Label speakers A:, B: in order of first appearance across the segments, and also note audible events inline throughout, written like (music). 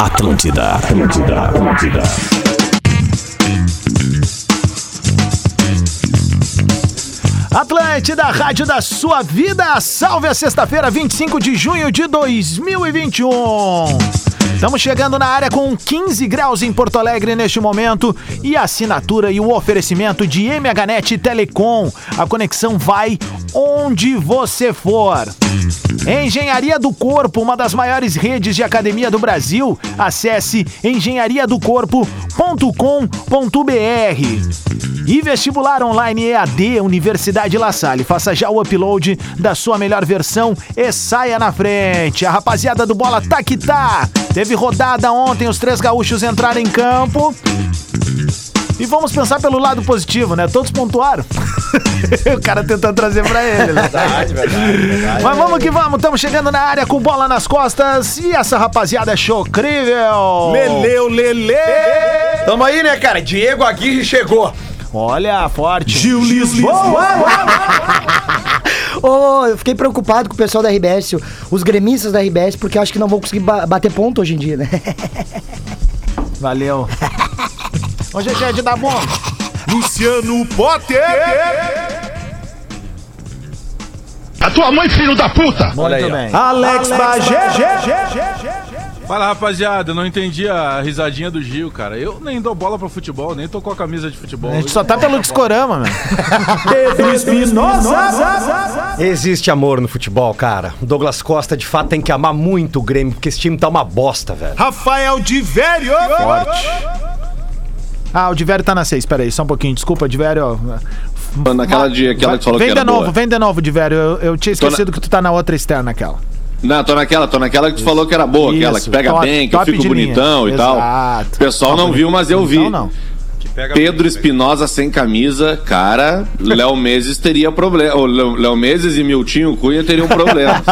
A: Atlântida, Atlântida, Atlântida.
B: Atlântida, rádio da sua vida. Salve a sexta-feira, 25 de junho de 2021. Estamos chegando na área com 15 graus em Porto Alegre neste momento e a assinatura e o oferecimento de MHNet Telecom. A conexão vai onde você for. Engenharia do Corpo, uma das maiores redes de academia do Brasil. Acesse engenhariadocorpo.com.br. E vestibular online EAD Universidade La Salle. Faça já o upload da sua melhor versão e saia na frente. A rapaziada do Bola tá que tá. Teve rodada ontem, os três gaúchos entraram em campo. E vamos pensar pelo lado positivo, né? Todos pontuaram. (laughs) o cara tentando trazer pra ele, né?
C: Verdade, verdade, verdade.
B: Mas vamos que vamos, estamos chegando na área com bola nas costas e essa rapaziada é chocrível.
C: Leleu, lele! Tamo aí, né, cara? Diego Aguirre chegou.
B: Olha, forte.
A: Gil
D: Ô, eu fiquei preocupado com o pessoal da RBS, os gremistas da RBS, porque eu acho que não vão conseguir ba- bater ponto hoje em dia,
C: (laughs)
D: né?
B: Valeu. Hoje é dia de dar bom.
A: Luciano Potter.
B: Muito
C: aí, ó.
B: bem.
A: Alex Bagé.
E: Fala rapaziada, eu não entendi a risadinha do Gil, cara. Eu nem dou bola pra futebol, nem tô com a camisa de futebol.
B: A gente só tá pelo discorama, mano.
A: Pedro Espinosa.
F: Existe amor no futebol, cara. O Douglas Costa, de fato, tem que amar muito o Grêmio, porque esse time tá uma bosta, velho.
A: Rafael de Vério.
B: Ah, o Divério tá na 6, peraí, só um pouquinho. Desculpa, Divério.
G: Naquela de aquela que falou
B: vem
G: que era
B: de novo,
G: boa.
B: vem de novo, Divério. Eu, eu tinha
G: Tô na-
B: esquecido que tu tá na outra externa, aquela.
G: Não, tô naquela, tô naquela que tu falou que era boa, aquela
B: Isso,
G: que pega
B: top-
G: bem, que eu
B: top de
G: fico
B: linha.
G: bonitão e tal.
B: Exato.
G: O pessoal
B: Top
G: não
B: de-
G: viu, mas eu vi.
B: Então não.
G: Pedro Espinosa sem camisa, cara, Léo Meses teria problema. Ô, Léo Léo Meses e Miltinho Cunha teriam
B: (laughs)
G: problema.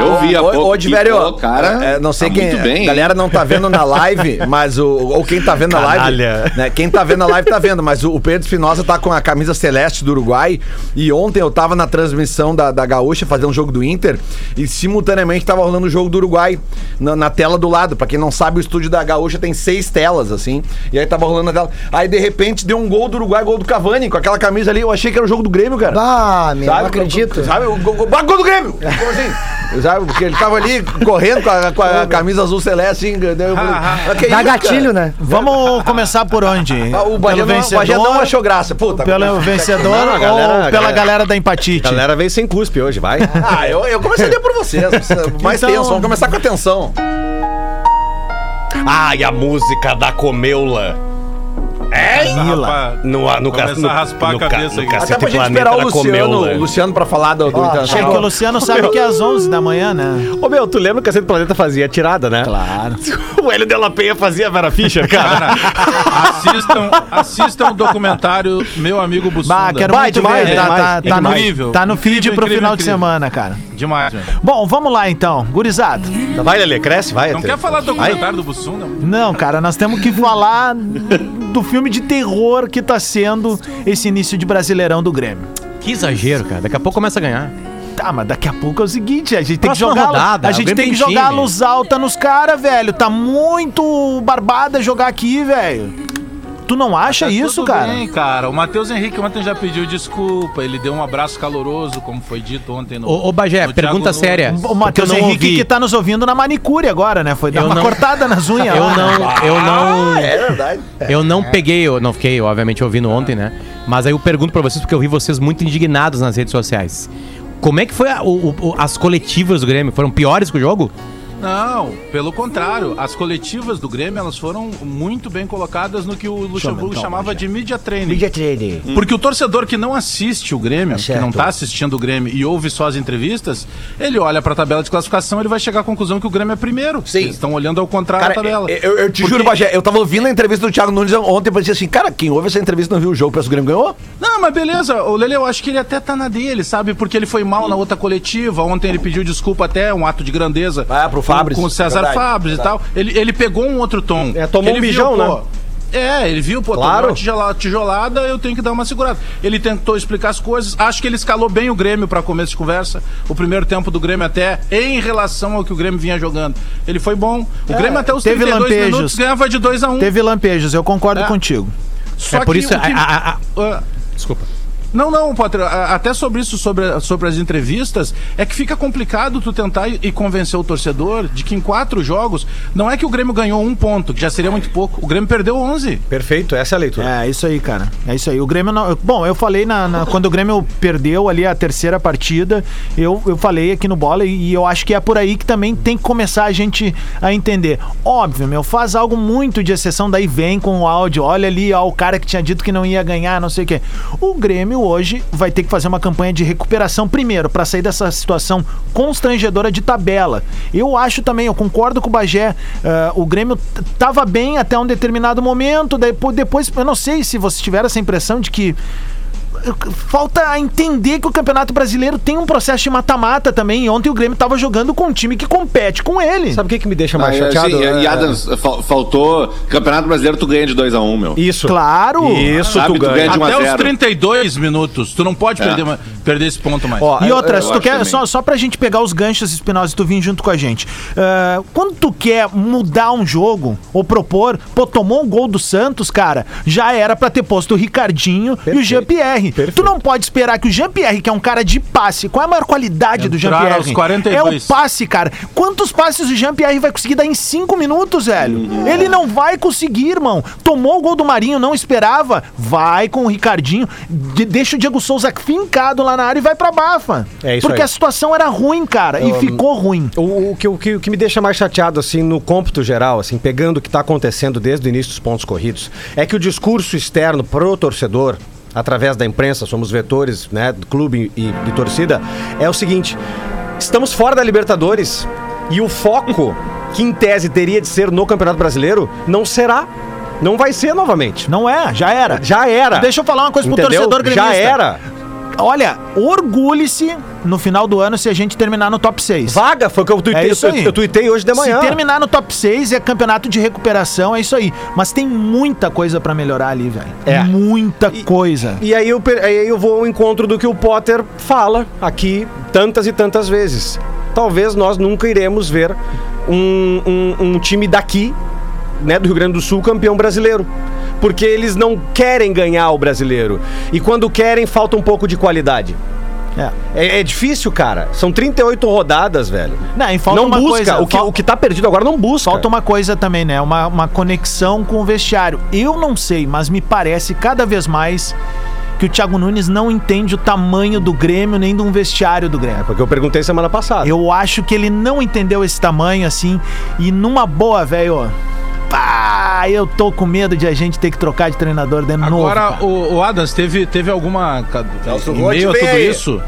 G: eu vi a
C: Ô,
G: pouco.
C: ô,
G: que,
C: Diverio,
G: pô, cara,
C: é, não sei
G: tá
C: quem.
G: Muito bem. hein?
C: galera não tá vendo na live, mas o. Ou quem tá vendo na live.
F: Canalha.
C: Né, quem tá vendo na live tá vendo, mas o, o Pedro Espinosa tá com a camisa celeste do Uruguai. E ontem eu tava na transmissão da, da Gaúcha fazendo um jogo do Inter. E simultaneamente tava rolando o jogo do Uruguai na, na tela do lado. Pra quem não sabe, o estúdio da Gaúcha tem seis telas, assim. E aí tava rolando a tela. Aí de repente deu um gol do Uruguai, gol do Cavani, com aquela camisa ali. Eu achei que era o jogo do Grêmio, cara.
D: Ah, meu, não acredito.
C: Sabe, o gol, gol- ah, gol do Grêmio! Como assim? Sabe, porque ele tava ali correndo com a, com a camisa azul celeste, assim, daí eu falei, "Ah, que
D: Dá
C: isso,
D: gatilho,
C: cara?"
D: né?
B: Tá Vamos começar por onde?
C: Ah, o Bagé
B: Pelo
C: não, o Bagé não achou tá graça. Puta,
B: Pelo vencedor
F: Não, a galera-
B: ou
F: a
B: pela
F: galera-
B: galera da empatite?
F: A galera veio sem cuspe hoje, vai.
C: Ah, eu, eu começaria por
B: (laughs)
C: vocês. Mais
B: Então-
C: tenso, vamos começar com atenção.
F: Ai, a música da Comeula. É?
E: Rapaz,
F: No, no, no,
E: Começa
F: no,
E: a raspar a
F: no,
E: cabeça
F: no
E: aqui.
F: Cacete
C: Até pra gente
F: Planeta
C: esperar o
F: da
C: Luciano,
F: Comeula.
C: o Luciano pra falar
B: É
C: do, do
B: né? que o
C: internacional.
B: Luciano sabe que é às 11 da manhã, né?
F: Ô, meu, tu lembra que o Cacete Planeta fazia tirada, né?
B: Claro.
F: O Hélio Della Penha fazia Vera Fischer,
E: (laughs)
F: cara.
E: Cara, assistam, assistam o documentário Meu Amigo Bussunda.
B: Bah, quero
F: Vai,
B: muito
F: demais,
B: ver.
F: né?
B: Tá,
F: Demais.
B: tá- tá no,
E: Incrível.
B: tá no feed
E: Incrível,
B: pro
E: incrível,
B: final de
E: incrível.
B: semana, cara.
E: Demais. gente.
B: Bom, vamos lá então, gurizada.
F: vai, Lelê, cresce, vai.
E: Não quer falar do documentário do Bussunda?
B: Não, cara, nós temos que falar do filme de terror que tá sendo esse início de Brasileirão do Grêmio.
H: Que exagero, cara. Daqui a pouco começa a ganhar.
B: Tá, mas daqui a pouco é o seguinte, a gente tem
H: Próxima
B: que jogar
H: rodada,
B: a gente
H: alguém
B: tem que
H: tem
B: jogar a
H: time.
B: luz alta nos caras, velho. Tá muito barbada jogar aqui, velho. Tu não acha
E: Tá
B: isso,
E: tudo
B: cara?
E: Bem, cara. O Matheus Henrique ontem já pediu desculpa, ele deu um abraço caloroso, como foi dito ontem no.
H: Ô, ô Bagé,
E: no
H: pergunta
E: Thiago
H: séria.
E: Nunes.
B: O Matheus
H: Porque eu não
B: Henrique
H: ouvi.
B: que tá nos ouvindo na manicure agora, né? Foi dar
H: Eu
B: uma
H: não-
B: cortada nas unhas.
H: Eu
B: lá, né?
H: não, eu não,
C: É verdade.
H: eu não peguei, eu não fiquei, obviamente, ouvindo ontem, né? Mas aí eu pergunto pra vocês, porque eu vi vocês muito indignados nas redes sociais. Como é que foi a- o- o- as coletivas do Grêmio? Foram piores que o jogo?
E: Não, pelo contrário. As coletivas do Grêmio, elas foram muito bem colocadas no que o Luxemburgo chamava de media training.
D: training.
E: Porque o torcedor que não assiste o Grêmio, que não tá assistindo o Grêmio e ouve só as entrevistas, ele olha pra tabela de classificação, ele vai chegar à conclusão que o Grêmio é primeiro.
C: Sim.
E: Eles estão olhando ao contrário
C: Cara,
E: da tabela.
C: eu, eu te juro, Bagé, eu tava ouvindo a entrevista do Thiago Nunes ontem e disse assim, cara, quem ouve essa entrevista não viu o jogo, parece que o Grêmio ganhou.
E: Não, mas beleza, o Lele, eu acho que ele até tá na dele, sabe? Porque ele foi mal na outra coletiva, ontem ele pediu desculpa até, um ato de grandeza.
C: Ah, pro
E: com-
C: Fabris.
E: Com o César
C: Verdade,
E: Fabris e tal. Ele, ele pegou um outro tom.
F: É, tomou
E: ele
F: um mijão, né?
E: pô, É, ele viu, pô,
F: Claro.
E: tomou uma tijola- tijolada, eu tenho que dar uma segurada. Ele tentou explicar as coisas, acho que ele escalou bem o Grêmio pra começo de conversa. O primeiro tempo do Grêmio até em relação ao que o Grêmio vinha jogando. Ele foi bom. O Grêmio até os
B: teve
E: 32
B: lampejos.
E: minutos ganhava de 2 a 1 um.
B: Teve lampejos, eu concordo
E: É.
B: contigo.
E: Só
H: É por isso-
E: o
H: a- a- a-
E: Ah,
H: Desculpa.
E: Não, não, Potter, a- até sobre isso, sobre, sobre as entrevistas, é que fica complicado tu tentar e e convencer o torcedor de que em quatro jogos, não é que o Grêmio ganhou um ponto, que já seria muito pouco, o Grêmio perdeu 11.
F: Perfeito, essa é a leitura.
B: É, isso aí, cara. É isso aí. O Grêmio não. Bom, eu falei na, na- quando o Grêmio perdeu ali a terceira partida, eu, eu falei aqui no bola e, e eu acho que é por aí que também tem que começar a gente a entender. Óbvio, meu, faz algo muito de exceção, daí vem com o áudio. Olha ali, ó, o cara que tinha dito que não ia ganhar, não sei o quê. O Grêmio hoje vai ter que fazer uma campanha de recuperação primeiro, pra sair dessa situação constrangedora de tabela. Eu acho também, eu concordo com o Bagé, ah, o Grêmio t- tava bem até um determinado momento, daí po- depois, eu não sei se vocês tiveram essa impressão de que falta entender que o Campeonato Brasileiro tem um processo de mata-mata também, e ontem o Grêmio tava jogando com um time que compete com ele.
F: Sabe o que, que me deixa
C: tá
F: mais
G: Ah, é,
F: chateado?
G: assim,
C: né?
G: e- e
F: É-
G: Adams, fal- faltou. Campeonato Brasileiro, tu ganha de 2x1, um, meu.
F: É, Isso.
B: Claro!
F: Isso,
G: Sabe,
F: tu
G: tu
F: ganha.
G: ganha de um a
E: Até os
G: zero.
E: 32 minutos, tu não pode
G: É.
E: perder, ma- perder esse ponto mais.
F: Ó,
B: E
F: eu-
B: outra,
G: eu
B: se tu
G: acho
B: quer,
G: também.
B: só, só pra gente pegar os ganchos espinosos e tu vir junto com a gente. Ah, quando tu quer mudar um jogo ou propor, pô, tomou um gol do Santos, cara, já era pra ter posto o Ricardinho e o Jean-Pierre. Tu não pode esperar que o Jean-Pierre, que é um cara de passe, qual é a maior qualidade do
E: Entraram
B: Jean-Pierre?
E: aos 42.
B: É o passe, cara. Quantos passes o Jean-Pierre vai conseguir dar em 5 minutos, velho?
F: Uhum.
B: Ele não vai conseguir, irmão. Tomou o gol do Marinho, não esperava. Vai com o Ricardinho, de- deixa o Diego Souza fincado lá na área e vai pra bafa.
F: É isso
B: Porque
F: aí.
B: a situação era ruim, cara, e ficou ruim.
F: O, o que, o, que, o que me deixa mais chateado, assim, no cômputo geral, assim, pegando o que está acontecendo desde o início dos pontos corridos, é que o discurso externo pro torcedor, através da imprensa, somos vetores, né, do clube e de torcida, é o seguinte: estamos fora da Libertadores e o foco, que em tese teria de ser no Campeonato Brasileiro, não será. Não vai ser novamente.
B: Não é, já era.
F: Já era.
B: Deixa eu falar uma coisa pro
F: Entendeu?
B: torcedor gremista.
F: Já era.
B: Olha, orgulhe-se no final do ano se a gente terminar no top 6.
F: Vaga, foi o que eu
B: É
F: tuitei,
B: isso
F: eu-
B: aí.
F: eu tuitei hoje de manhã.
B: Se terminar no top 6 é campeonato de recuperação, é isso aí. Mas tem muita coisa pra melhorar ali, velho.
F: É.
B: Muita coisa.
F: E aí eu, per- aí eu vou ao encontro do que o Potter fala aqui tantas e tantas vezes. Talvez nós nunca iremos ver um, um- um time daqui, né, do Rio Grande do Sul, campeão brasileiro. Porque eles não querem ganhar o brasileiro. E quando querem, falta um pouco de qualidade.
B: É.
F: É, é difícil, cara. São 38 rodadas, velho.
B: Não, e falta
F: não
B: uma
F: busca.
B: coisa,
F: o, que,
B: fal-
F: o que tá perdido agora não busca.
B: Falta uma coisa também, né? Uma, uma conexão com o vestiário. Eu não sei, mas me parece cada vez mais que o Thiago Nunes não entende o tamanho do Grêmio nem de um vestiário do Grêmio.
F: Porque eu perguntei semana passada.
B: Eu acho que ele não entendeu esse tamanho assim. E numa boa, velho. Pá, eu tô com medo de a gente ter que trocar de treinador de novo.
E: Agora,
B: cara.
E: o, o Adams, teve, teve alguma. ca-
C: Celso
E: Em meio a
C: Roth, vem
E: tudo
C: aí.
E: isso,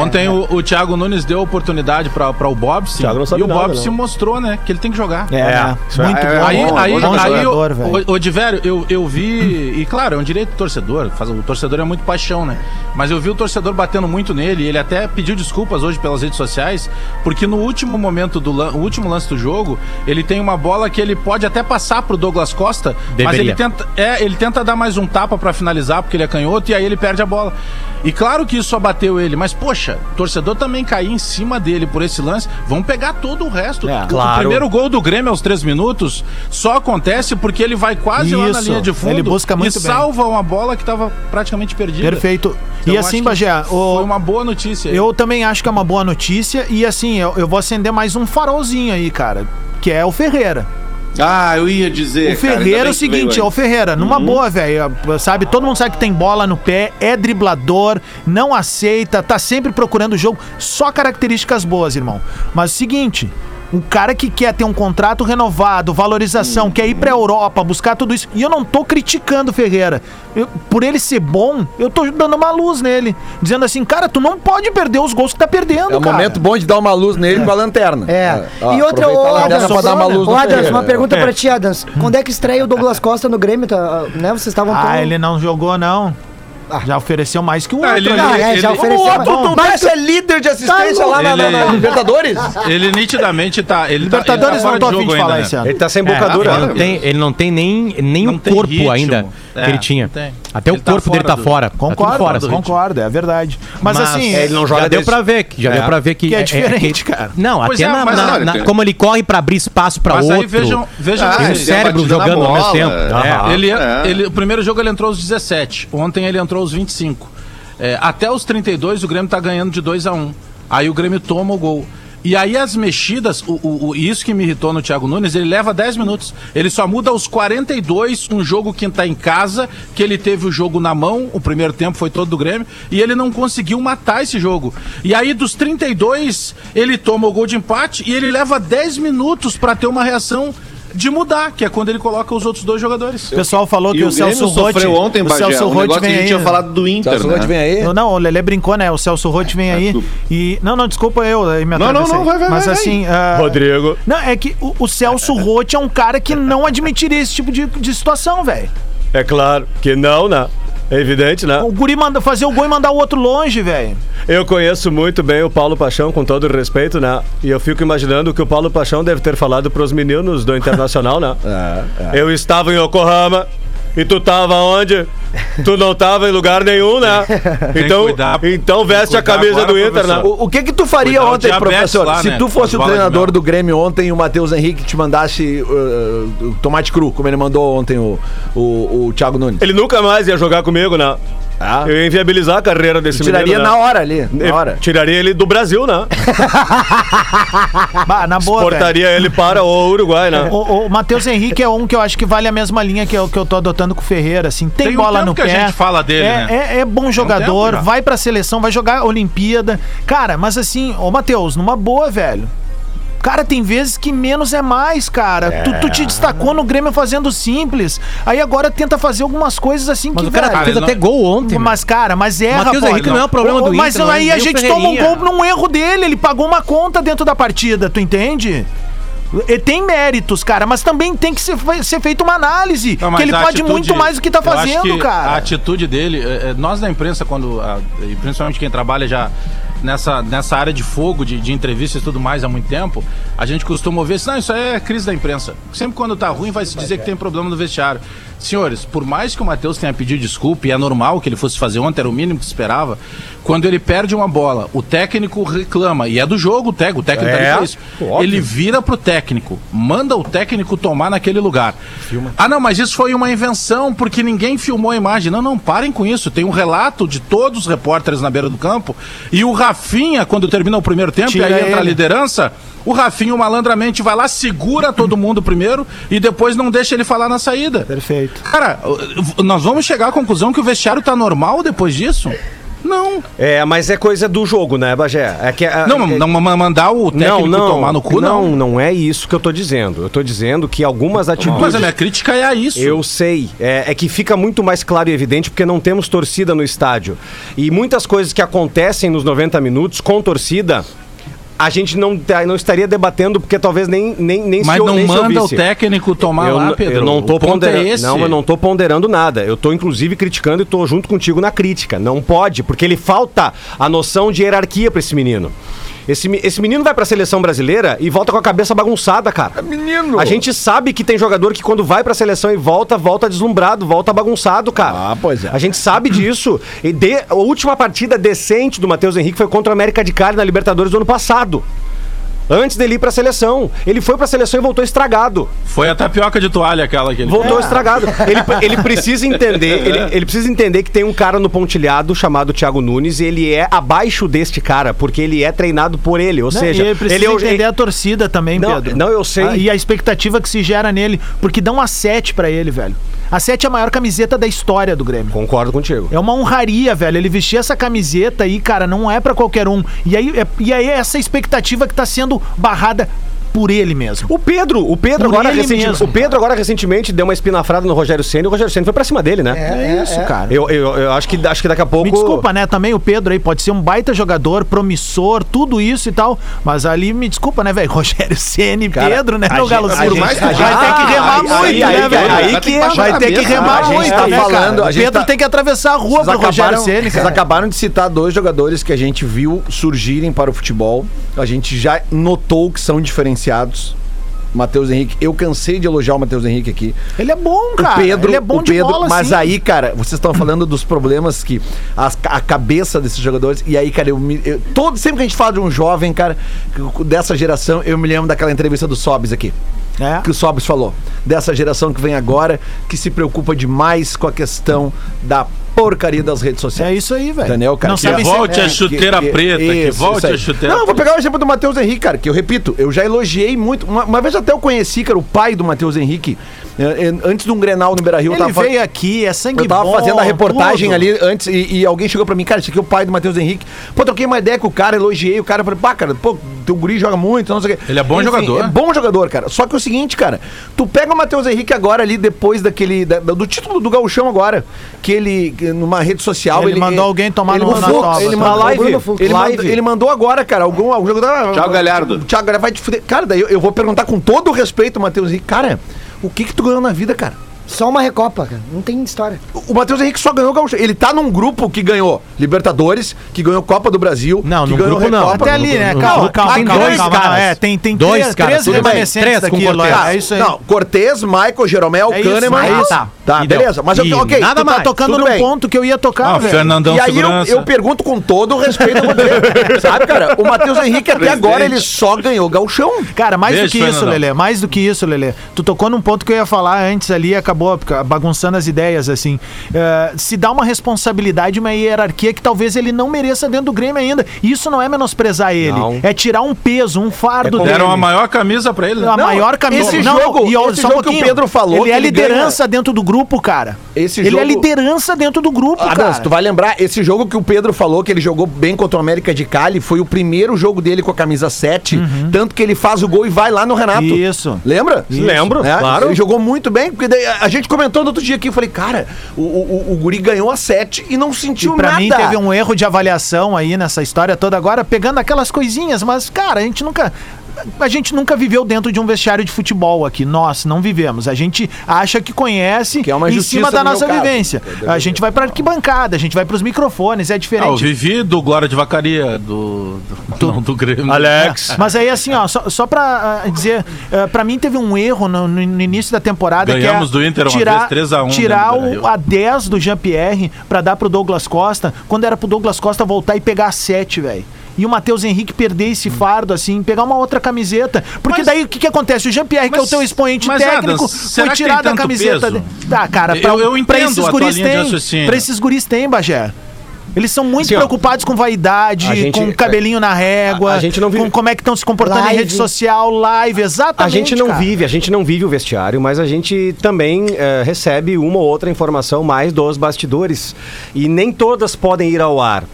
E: ontem o, o Thiago Nunes deu oportunidade pra, pra o Bobson.
F: Thiago não sabe
E: E o
F: nada,
E: Bobson
F: não.
E: mostrou, né? Que ele tem que jogar.
B: É, né?
F: isso é-
B: muito
G: é-
B: bom.
E: Aí,
G: bom,
E: aí,
G: bom
E: aí,
B: jogador,
E: eu-
B: velho.
E: o, o Diverio, eu, eu vi, e claro, é um direito do torcedor, faz, o torcedor é muito paixão, né? Mas eu vi o torcedor batendo muito nele, e ele até pediu desculpas hoje pelas redes sociais, porque no último momento do lan- o último lance do jogo, ele tem uma bola que ele pode até passar pro Douglas Costa, mas
H: Deveria.
E: ele tenta, é, ele tenta dar mais um tapa pra finalizar, porque ele é canhoto, e aí ele perde a bola. E claro que isso abateu ele, mas poxa, o torcedor também cair em cima dele por esse lance, vão pegar todo o resto.
B: É,
E: O-
B: claro.
E: O primeiro gol do Grêmio aos três minutos só acontece porque ele vai quase lá na
B: Isso.
E: linha de fundo
B: Ele busca muito
E: e
B: bem.
E: salva uma bola que estava praticamente perdida.
B: Perfeito.
E: Então,
B: e
E: acho
B: assim,
E: que
B: Bagé, o-
E: Foi uma boa notícia. aí.
B: eu também acho que é uma boa notícia. E assim, eu, eu vou acender mais um farolzinho aí, cara. Que é o Ferreira.
G: Ah, eu ia dizer.
B: O Ferreira é o seguinte, ó, o
G: ó.
B: Ferreira, numa
D: Uhum.
B: boa, velho, sabe? Todo mundo sabe que tem bola no pé, é driblador, não aceita, tá sempre procurando o jogo, só características boas, irmão. Mas é o seguinte, um cara que quer ter um contrato renovado, valorização, quer ir pra
D: Uhum.
B: Europa, buscar tudo isso, e eu não tô criticando o Ferreira. Eu- por ele ser bom, eu tô dando uma luz nele, dizendo assim, cara, tu não pode perder os gols que tá perdendo,
C: É um
B: cara.
C: momento bom de dar uma luz nele com a lanterna.
D: É.
C: Ah, Ó,
D: e outra,
C: aproveitar
D: ô
C: a
D: Adams,
C: lanterna pra dar uma luz
D: ô,
C: no
D: Adams,
C: Ferreira.
D: uma pergunta pra ti, Adams. Quando é que estreia o Douglas Costa no Grêmio? Tá, né? Vocês estavam tão-
B: Ah, ele não Ah, jogou, não. Já ofereceu mais que o outro.
E: Ah, ele-
B: ali.
D: Não, é,
E: ele-
D: já
E: ele-
D: ofereceu. Tá
B: Ô, tu- tu-
D: mas,
C: é líder de
D: assistência
C: lá
E: na- na- na
C: Libertadores?
E: Ele nitidamente tá. Ele tá-
B: Libertadores
E: ele
B: não tô
E: tá
B: afim de né? falar esse
E: ano.
B: ano. É,
F: Ele tá sem
H: ele,
F: bocadura.
H: não tem, ele não tem nem, nem
E: Não
H: o
E: tem
H: corpo
E: ritmo.
H: ainda
E: É,
H: que ele tinha.
E: não tem.
H: Até
E: Ele
H: o
E: tá
H: corpo dele
E: fora
H: tá
E: do-
H: fora. Tá tudo
B: é, Concordo,
H: fora, assim.
B: concordo, é verdade. Mas, assim,
F: ele não joga
H: já deu
F: desse-
H: pra ver que já
F: É.
H: deu para ver que,
B: Que é diferente, cara.
H: Não,
E: Pois
H: até
E: é,
H: na,
E: mas
H: na-
G: olha,
H: na-
G: tem-
H: como ele corre pra abrir espaço pra
E: Mas
H: outro.
E: aí vejam, vejam
G: Ah,
E: que
H: o
G: ele tem a
H: cérebro
G: batida na
H: jogando ao mesmo
G: bola.
H: tempo.
G: Aham.
H: É.
E: Ele,
G: É.
E: ele- o primeiro jogo ele entrou aos 17. Ontem ele entrou aos 25. É, até os 32 o Grêmio tá ganhando de 2 a 1. Aí o Grêmio toma o gol. E aí as mexidas, o, o- o- isso que me irritou no Thiago Nunes, ele leva 10 minutos. Ele só muda aos 42 um jogo que tá em casa, que ele teve o jogo na mão, o primeiro tempo foi todo do Grêmio, e ele não conseguiu matar esse jogo. E aí dos 32, ele toma o gol de empate e ele leva 10 minutos pra ter uma reação de mudar, que é quando ele coloca os outros dois
B: (laughs)
E: jogadores.
B: o pessoal falou que
G: E
B: o
G: o Grêmio
B: Celso Rotti.
G: sofreu ontem,
B: o
G: Bagé.
B: Celso
G: Um
B: Rotti
G: negócio que a
B: vem
G: gente tinha
B: aí.
G: falado do Inter,
C: Celso Rotti
G: né?
C: vem aí.
B: Eu- Não, o Lele brincou, né? O Celso Rotti vem aí
G: desculpa.
B: e... Não, não, desculpa eu, eu me
G: Ah, Não, não,
B: atravessei.
G: não, vai, vai,
B: Mas
G: vai,
B: assim... ah,
F: Rodrigo.
B: Não, é que o, o Celso Rotti é um cara que não admitiria esse tipo de, de situação, velho.
F: É claro que não, né? É evidente, né?
B: O guri manda fazer o gol e mandar o outro longe, velho.
F: Eu conheço muito bem o Paulo Paixão, com todo o respeito, né? E eu fico imaginando o que o Paulo Paixão deve ter falado pros meninos do Internacional,
E: (laughs)
F: né?
E: É,
F: Eu estava em Yokohama e tu tava onde? Tu não tava em lugar nenhum,
E: (laughs)
F: né? Então,
E: cuidar-
F: então veste
E: tem
F: a
E: que cuidar
F: camisa
E: agora,
F: do Inter, né?
E: professor.
C: O, o que que tu faria
E: Cuidar o
C: ontem,
E: diabetes
C: professor?
E: lá,
C: se
E: né,
C: tu
E: com
C: fosse
E: as
C: o
E: balas de
C: treinador
E: mel.
C: do Grêmio ontem e o Matheus Henrique te mandasse uh, uh, tomate cru, como ele mandou ontem o, o, o Thiago Nunes.
F: Ele nunca mais ia jogar comigo, né?
E: É?
C: Ah.
F: Eu ia inviabilizar a carreira desse
C: Ele tiraria
F: menino, né?
C: na hora ali, na
F: Eu
C: hora.
F: Tiraria ele do Brasil, né?
B: Bah, na boa, velho.
F: Portaria ele para o Uruguai, né?
B: O, o Matheus Henrique é um que eu acho que vale a mesma linha que eu, que eu tô adotando com o Ferreira, assim. Tem,
E: Tem um
B: bola
E: tempo
B: no
E: que
B: pé.
E: a gente fala dele,
B: é,
E: né?
B: é, é bom jogador,
E: tempo já.
B: vai pra seleção, vai jogar Olimpíada. Cara, mas assim, ô Matheus, numa boa, velho. Cara, tem vezes que menos é mais, cara. Tu, tu
E: É.
B: te destacou no Grêmio fazendo simples. Aí agora tenta fazer algumas coisas assim
H: Mas
B: que,
H: o cara
B: velho,
H: fez
E: ele
H: até
E: não-
H: gol ontem. mano.
B: Mas, cara, mas erra,
H: Matheus
B: pô.
H: Henrique não é o problema
B: Ô,
H: do
B: Mas
H: Inter, não é
B: aí
H: nem
B: a
H: o
B: gente toma um
H: Ferreirinha.
B: gol num erro dele. Ele pagou uma conta dentro da partida, tu entende? E tem méritos, cara, mas também tem que ser, fe- ser feita uma análise.
E: Não, mas
B: que ele
E: a
B: pode
E: atitude-
B: muito mais do que tá
E: eu acho
B: fazendo,
E: que A
B: cara.
E: atitude dele, é, é, nós da imprensa, quando. a- e principalmente quem trabalha já nessa, nessa área de fogo, de, de entrevistas e tudo mais há muito tempo, a gente costuma ouvir assim, não, isso aí é crise da imprensa. Sempre quando tá ruim, vai se dizer que tem problema no vestiário. Senhores, por mais que o Matheus tenha pedido desculpa, e é normal que ele fosse fazer ontem, era o mínimo que se esperava, quando ele perde uma bola, o técnico reclama, e é do jogo o técnico, o técnico tá ali pra isso. Ele vira pro técnico, manda o técnico tomar naquele lugar. Ah, não, mas isso foi uma invenção, porque ninguém filmou a imagem. Não, não, parem com isso. Tem um relato de todos os repórteres na beira do campo. E o Rafinha, quando termina o primeiro tempo,
B: Tira
E: e aí entra a
B: ele.
E: liderança, o Rafinha malandramente vai lá, segura todo mundo primeiro e depois não deixa ele falar na saída.
B: Perfeito.
E: Cara, nós vamos chegar à conclusão que o vestiário tá normal depois disso? Não.
F: É, mas é coisa do jogo, né, Bagé? É que, é,
E: Não,
F: é-
E: não ma- mandar o técnico tomar no cu, não.
F: não, não é isso que eu tô dizendo. Eu tô dizendo que algumas
E: Mas
F: atitudes.
E: a minha crítica é a isso.
F: Tipo Eu sei. É, é que fica muito mais claro e evidente porque não temos torcida no estádio. E muitas coisas que acontecem nos 90 minutos com torcida. A gente não, tá- não estaria debatendo porque talvez nem nem nem
E: Mas
F: ou-
E: não
F: nem
E: manda o
F: ouvisse.
E: técnico tomar
F: eu,
E: lá,
F: n-
E: Pedro.
F: eu não tô
E: o ponto é
F: ponderando.
E: esse.
F: Não, eu não tô ponderando nada. Eu tô, inclusive, criticando e tô junto contigo na crítica. Não pode, porque ele falta a noção de hierarquia pra esse menino. Esse, me- esse menino vai pra seleção brasileira e volta com a cabeça bagunçada, cara. Menino! A gente sabe que tem jogador que quando vai pra seleção e volta, volta deslumbrado, volta bagunçado, cara.
C: Ah, pois é.
F: A gente sabe disso. E de- a última partida decente do Matheus Henrique foi contra o América de Cali na Libertadores do ano passado. Antes dele ir pra seleção. Ele foi pra seleção e voltou estragado.
E: Foi a tapioca de toalha aquela que ele
B: É.
F: Voltou estragado. Ele, ele
B: (laughs)
F: precisa entender, ele, ele precisa entender que tem um cara no pontilhado chamado Thiago Nunes e ele é abaixo deste cara, porque ele é treinado por ele, ou
B: Não,
F: seja,
B: e ele precisa
F: ele é o-
B: entender a torcida também,
F: Não,
B: Pedro.
F: não, eu sei.
B: Ah, e a expectativa que se gera nele, porque dão a 7 pra ele, velho. A 7 é a maior camiseta da história do Grêmio.
F: Concordo contigo.
B: É uma honraria, velho. Ele vestir essa camiseta aí, cara, não é pra qualquer um. E aí, é- e aí é essa expectativa que tá sendo barrada por ele mesmo.
F: O Pedro, o Pedro
B: Por
F: agora
B: ele
F: recenti-
B: mesmo,
F: o Pedro agora recentemente deu uma espinafrada no Rogério Ceni, e o Rogério Ceni foi pra cima dele, né?
D: É, é, é.
B: cara.
F: Eu, eu, eu acho que acho que daqui a pouco
B: Me desculpa, né? Também o Pedro aí pode ser um baita jogador, promissor, tudo isso e tal. Mas ali, me desculpa, né, velho? (laughs) Rogério Ceni, Pedro, né? O Galo
C: a
B: Por
C: gente-
B: mais que
C: a gente-
B: vai ter que remar
F: aí-
B: muito,
F: aí-
B: né,
F: aí-
B: velho?
F: aí
G: que
B: vai ter que
G: cabeça,
B: remar
C: a gente
B: muito,
C: tá
B: né,
C: falando,
B: cara?
C: a
B: O
C: gente
B: Pedro
C: tá-
B: tem que atravessar a rua
C: Vocês
B: pro Rogério
C: acabaram,
B: Ceni,
C: vocês
B: cara.
C: acabaram de citar dois jogadores que a gente viu surgirem para o futebol. A gente já notou que são diferenciados. Matheus Henrique, eu cansei de elogiar o Matheus Henrique aqui.
B: Ele é bom, cara.
C: o Pedro,
B: ele é bom
C: o
B: de
C: Pedro,
B: bola,
C: mas
B: sim.
C: aí, cara, vocês estão falando dos problemas que as- a cabeça desses jogadores. E aí, cara, eu, me- eu- todo sempre que a gente fala de um jovem, cara, que- dessa geração, eu me lembro daquela entrevista do Sobis aqui
B: É.
C: que o Sobis falou, dessa geração que vem agora, que se preocupa demais com a questão da porcaria das redes sociais.
B: É isso aí, velho.
C: Daniel, cara,
B: Não
C: que
B: sabe
C: é-
B: se-
E: volte
B: é,
E: a chuteira
C: que- que-
E: preta, que
C: isso,
E: volte
C: isso aí.
E: a chuteira
C: Não, eu vou pegar o exemplo do Matheus Henrique, cara, que eu repito, eu já elogiei muito. Uma, uma vez até eu conheci, cara, o pai do Matheus Henrique, eh, eh, antes de um Grenal no Beira-Rio. eu
B: Ele
C: tava fa-
B: veio aqui, é sangue
C: eu tava
B: bom,
C: fazendo a reportagem
B: tudo.
C: ali antes e, e alguém chegou pra mim, cara, esse aqui é o pai do Matheus Henrique. Pô, troquei uma ideia com o cara, elogiei o cara, falei, pá, cara, pô, teu guri joga muito, não sei o quê.
E: Ele é bom jogador.
C: É bom jogador, cara. Só que é o seguinte, cara, tu pega o Matheus Henrique agora ali, depois daquele, da- do título do gauchão agora, que ele, que numa rede social...
B: Ele mandou alguém tomar
C: ele
B: no- na
C: mandou,
B: toba,
C: Ele
B: tá?
C: mandou,
B: Live,
C: Bruno Fux, ele,
B: live.
C: mandou, ele mandou agora, cara, algum, algum jogador...
G: Thiago Galhardo.
C: Thiago Galhardo, vai te fuder. Cara, daí eu, eu vou perguntar com todo o respeito, Matheus Henrique, cara, o que que tu ganhou na vida, cara?
D: Só uma recopa, cara. Não tem história.
C: O Matheus Henrique só ganhou o Gaúcho. Ele tá num grupo que ganhou Libertadores, que ganhou Copa do Brasil.
H: Não,
C: que
H: num
C: ganhou
H: grupo não.
C: Recopa.
B: Até ali, né?
H: No-
B: Calma,
H: no-
B: calma,
H: tem
B: calma,
H: dois
B: calma,
H: caras.
B: É, tem, tem
H: Dois
B: três,
H: caras,
B: três
H: tudo bem.
B: remanescentes
H: Três com
B: daquilo,
H: Cortez.
B: é, é isso aí.
C: Não, Cortez, Michael, Jeromel,
B: É isso,
C: Kahneman.
B: aí
C: Ah,
B: tá.
C: Tá,
H: E deu.
C: beleza. Mas
H: E
C: eu, ok,
H: nada
C: tu
H: mais.
C: Tá tocando no ponto.
B: que eu ia tocar,
E: Ah,
B: velho.
E: Fernandão
C: e aí eu,
E: Segurança.
C: eu pergunto com todo o respeito a você. Sabe, cara? O Matheus Henrique até agora ele só ganhou gauchão.
B: Cara, mais do
E: Beijo,
B: que isso,
E: Fernandão.
B: Lelê, mais do que isso, Lelê. Tu tocou num ponto que eu ia falar antes ali e acabou bagunçando as ideias, assim. Eh, se dá uma responsabilidade, uma hierarquia que talvez ele não mereça dentro do Grêmio ainda. E Isso não é menosprezar ele.
F: Não.
B: É tirar um peso, um fardo
F: como-
E: É, Deram a maior camisa pra ele. né?
B: A
E: Não,
B: maior camisa.
C: esse
B: não,
C: jogo-
B: e, ó,
C: esse
B: só
C: jogo
B: um
C: que o
B: pouquinho.
C: Pedro falou
B: Ele é
C: que ele
B: liderança dentro do grupo, cara.
C: Esse
B: ele é
C: jogo-
B: liderança dentro do grupo,
C: Ah,
B: cara.
C: não, se tu vai lembrar, esse jogo que o Pedro falou, que ele jogou bem contra o América de Cali, foi o primeiro jogo dele com a camisa 7, tanto que ele faz o gol e vai lá no Renato.
B: Isso.
C: Lembra?
F: Isso. Lembro,
C: É,
F: claro.
C: Ele jogou muito bem, porque daí a a gente comentou no outro dia aqui, eu falei, cara, o, o, o Guri ganhou a 7 e não
B: E
C: sentiu
B: pra
C: nada.
B: mim teve um erro de avaliação aí nessa história toda agora, pegando aquelas coisinhas, mas, cara, a gente nunca. A gente nunca viveu dentro de um vestiário de futebol aqui. Nós não vivemos. A gente acha que conhece
C: Que é uma
B: em
C: injustiça
B: cima da
C: no meu
B: nossa
C: caso.
B: vivência. A gente vai pra arquibancada, a gente vai pros microfones, é
E: Ah, eu
B: diferente.
E: vivi do Glória de Vacaria, do. do, (laughs) não, do Grêmio.
F: Alex.
B: Mas aí, assim, ó, só, só pra ah, dizer, ah, pra mim teve um erro no, no- no início da temporada.
E: Ganhamos
B: que é
E: do Inter uma
B: tirar,
E: vez, 3 a 1,
B: Tirar
E: né, do
B: o,
E: Brasil.
B: a 10 do Jean-Pierre pra dar pro Douglas Costa, quando era pro Douglas Costa voltar e pegar a 7, velho. E o Matheus Henrique perder esse fardo, assim, pegar uma outra camiseta. Porque
E: Mas-
B: daí o que, que acontece? O Jean-Pierre, que é o
E: Mas-
B: teu expoente
E: mas,
B: técnico,
E: Adams, será
B: foi
E: que tem
B: tirado a
E: tanto
B: camiseta.
E: peso?
B: de- Ah, cara, pra,
E: Eu- eu
B: pra
E: entendo
B: esses
E: a tua
B: guris
E: linha de
B: tem.
E: raciocínio.
B: Pra esses guris tem, Bagé. Eles são muito
F: Assim, ó,
B: preocupados com vaidade,
F: a gente- é,
B: com cabelinho na régua,
F: A- a gente não vive-
B: com como é que estão se comportando em
D: Live.
B: rede social, live,
F: A
B: exatamente.
F: gente não
B: cara.
F: vive, a gente não vive o vestiário, mas a gente também eh, recebe uma ou outra informação mais dos bastidores. E nem todas podem ir ao ar,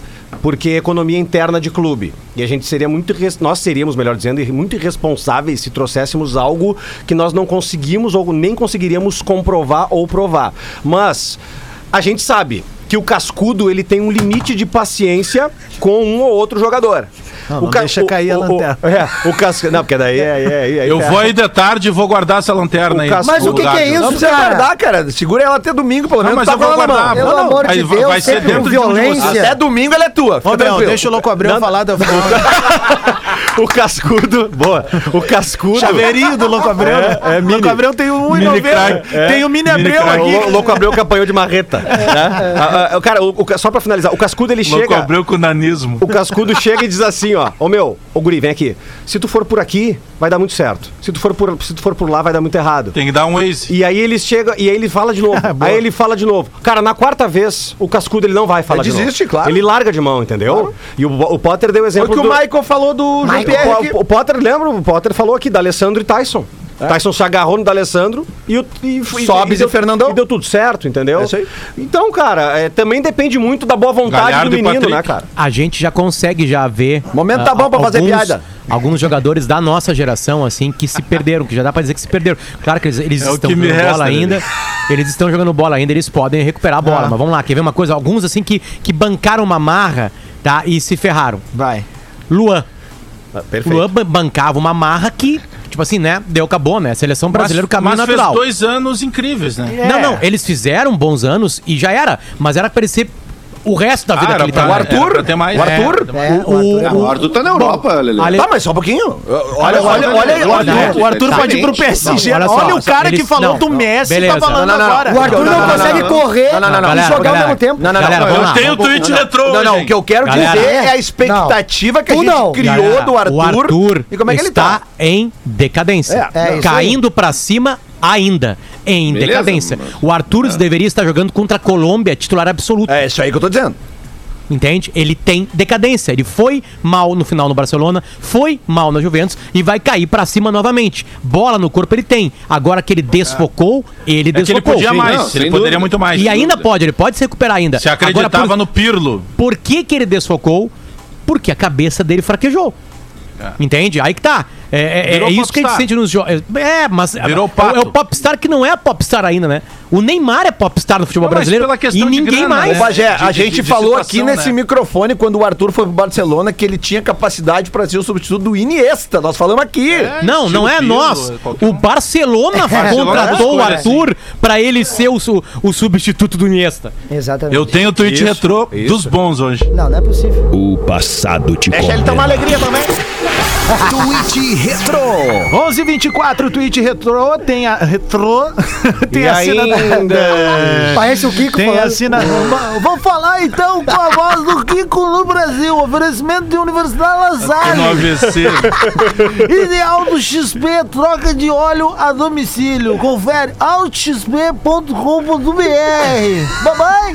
F: porque é economia interna de clube. E a gente seria muito. irres- Nós seríamos, melhor dizendo, irre- muito irresponsáveis se trouxéssemos algo que nós não conseguimos ou nem conseguiríamos comprovar ou provar. Mas a gente sabe que o cascudo ele tem um limite de paciência com um ou outro jogador.
B: Não, não
F: ca-
B: deixa cair a
F: o-
B: lanterna.
F: O, (laughs) é, o cascudo. Não, porque daí é. é- é-
E: (laughs) Eu
F: é-
E: vou aí de tarde e vou guardar essa lanterna
F: O
E: aí.
F: Cas-
D: Mas o que, que
E: Guarda.
D: é isso,
C: Não precisa
D: cara?
C: guardar, cara. Segura ela até domingo, pelo
E: Não, mas
C: menos. tá
E: eu
C: com
E: vou
C: ela na
E: guardar.
D: Pelo
E: Não,
D: amor
E: aí
D: de
E: vai-
D: Deus,
E: vai ser
D: sempre
E: dentro
D: com
E: de um de
D: violência.
C: mão. Até domingo ela é tua.
B: Ô,
C: fica
B: Bel,
C: tranquilo.
B: deixa o Louco Abreu falar da... do
F: O cascudo. (laughs) Boa. O cascudo.
B: chaveirinho do Louco Abreu. né?
F: É, é mini.
B: Louco Abreu tem um
F: Mini
B: 1,90.
F: crack, é.
B: Tem o Mini Abreu
F: O
B: aqui. É.
F: lou- louco abriu o campanhão de marreta. né? Ah, ah, Cara, o- o ca- só pra finalizar, o cascudo ele
E: Louco
F: chega.
E: abriu com o nanismo.
F: O cascudo chega e diz assim, ó, ô meu, ô guri, vem aqui. Se tu for por aqui, vai dar muito certo. Se tu for por, se tu for por lá, vai dar muito errado.
E: Tem que dar um Waze.
F: E aí ele chega e aí ele fala de novo.
C: (laughs) Ah,
F: aí ele fala de novo. Cara, na quarta vez, o cascudo ele não vai falar de novo.
C: desiste, claro.
F: Ele larga de mão, entendeu? E o, o Potter deu o
C: Foi o
F: exemplo
C: que o
F: do-
C: Michael falou do
F: O
C: Jean-Pierre.
F: Po-
C: aqui.
F: O Potter, lembra? O Potter falou aqui, da Alessandro e Tyson. Tyson se agarrou no D'Alessandro e o e,
C: Sobis e
F: deu-
C: Fernandão.
F: E deu tudo certo, entendeu?
C: É isso aí.
F: Então, cara, é, também depende muito da boa vontade
E: Galhardo
F: do
E: e
F: menino,
E: Patrick.
F: né, cara?
H: A gente já consegue já ver.
C: Momento tá
H: ah,
C: bom pra fazer
H: alguns-
C: piada.
H: alguns jogadores da nossa geração, assim, que se perderam, que já dá pra dizer que se perderam. Claro que eles, eles
E: É o
H: estão
E: que me
H: jogando
E: resta,
H: bola
E: né?
H: ainda, eles estão jogando bola ainda, eles podem recuperar a bola.
C: Ah.
H: Mas vamos lá, quer ver uma coisa? Alguns, assim, que, que bancaram uma marra, tá? E se ferraram.
B: Vai.
H: Luan.
F: Ah,
H: O
F: Perfeito.
E: Um
H: Luan ban- bancava uma marra que, tipo assim, né? Deu, acabou, né? Seleção brasileira, o caminho
E: mas
H: natural.
E: fez dois anos incríveis, né?
C: É.
H: Não, não, eles fizeram bons anos e já era, mas era pra ele ser o resto da vida
E: Ah, era
H: que ele tá
E: pra-
H: tava.
E: era pra ter mais-
H: O
E: é,
H: Arthur?
E: era
D: É, o Arthur é
G: O Arthur tá na Europa, Lelê.
H: Ale-
B: Tá,
C: mas só um pouquinho.
B: Olha, olha, olha,
G: olha,
B: o Arthur,
G: olha,
B: o Arthur
G: exatamente.
B: pode ir pro PSG.
H: Não,
B: olha
H: olha só,
B: o cara que
H: eles-
B: falou
H: não,
B: do
H: não,
B: Messi
H: beleza.
B: tá falando
C: Não, não, não.
B: agora.
D: O Arthur não,
C: Não, não,
D: consegue
C: não, não.
D: correr
C: Não, não, não, não.
D: e
H: Galera,
D: jogar ao
H: galera.
D: mesmo tempo.
C: Não, não, não.
H: Galera, vamos lá.
E: Tem o tweet retrô,
C: Não, não, o
E: gente.
C: que eu quero
H: Galera.
C: dizer é a
D: Não.
C: expectativa que a
D: Tu
C: gente
D: não.
C: criou
H: Galera,
C: do Arthur,
H: O Arthur
C: e como é que ele
H: está
C: tá.
H: em decadência.
D: É, é isso
H: Caindo pra cima ainda em
G: Beleza,
H: decadência.
G: mano.
H: O Arthur
E: É.
H: deveria estar jogando contra a Colômbia, titular absoluto.
C: É isso aí que eu tô dizendo.
H: Entende? Ele tem decadência. Ele foi mal no final no Barcelona, foi mal na Juventus e vai cair pra cima novamente. Bola no corpo ele tem. Agora que ele desfocou, ele
E: É que ele
H: desfocou.
E: podia mais,
G: Não,
E: ele
G: sem
E: poderia
G: dúvida.
E: muito mais.
H: E
E: sem
H: ainda
E: dúvida.
H: pode, ele pode se recuperar ainda.
E: Se acreditava
H: Agora, por,
E: no Pirlo.
H: por que, que ele desfocou? Porque a cabeça dele fraquejou. Entende? Aí que tá. É, é-
E: Virou
H: é isso que a gente
E: popstar.
H: sente nos jogos. É, mas
E: Virou
H: é,
E: pato.
H: é o popstar que não é popstar ainda, né? O Neymar é popstar no futebol
E: Não, mas
H: brasileiro
E: pela
H: e
E: questão de
H: ninguém
E: grana,
H: mais.
E: né?
C: Ô, Bagé,
E: de-
C: é, a
E: de-
C: gente
E: de
C: falou
E: situação,
C: aqui nesse
E: né?
C: microfone, quando o Arthur foi pro Barcelona, que ele tinha capacidade pra ser o substituto do Iniesta. Nós falamos aqui.
H: Não, não é
E: Gil
H: nós.
E: Pirlo, qualquer
H: O
E: um. é
H: Barcelona contratou o
E: escolha, né?
H: Arthur pra ele ser o, su- o substituto do Iniesta.
D: Exatamente.
E: Eu tenho o tweet
F: Isso,
E: retrô
F: isso.
E: dos bons hoje.
D: Não, não é possível.
C: Deixa ele ter uma alegria também.
B: 11h24, o tweet retrô tem a. Retrô. (laughs) tem
F: E
B: a
C: tá
B: assina
F: ainda-
D: Parece o Kiko
B: Tem
D: falando.
B: assina. Vou falar então com a voz do Kiko no Brasil. Oferecimento de Universidade
E: No
B: Lazare.
E: AVC.
B: Ideal do XP, troca de óleo a domicílio. Confere altxp.com.br. Babai!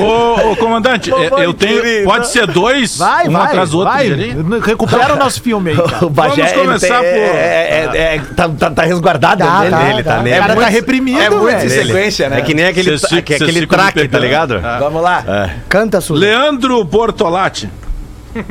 E: ô, ô, comandante, é, eu,
B: Comandante,
E: tenho.
B: querido.
E: Pode ser dois?
B: Vai,
E: um
B: vai.
E: atrás do outro.
B: vai.
E: ali?
B: Recupera o nosso filme aí, cara.
C: O Bagé,
E: Vamos
C: ele
E: começar
C: tem-
E: por-
C: é- é- é- é- tá, tá- tá resguardado
D: Tá,
C: dele.
D: tá,
C: Ele
D: tá.
C: tá nele.
B: O cara
C: É
B: tá
C: muito-
B: reprimido,
C: é muito em
B: velho.
C: sequência, né?
F: É que nem aquele,
E: Vocês
F: tra-
E: ficam-
F: que é
E: vocês
F: aquele
E: ficam me
F: traque, tá
E: pegando.
F: ligado?
E: Ah.
C: Vamos lá.
D: Canta, Suzy.
E: Leandro Bortolatti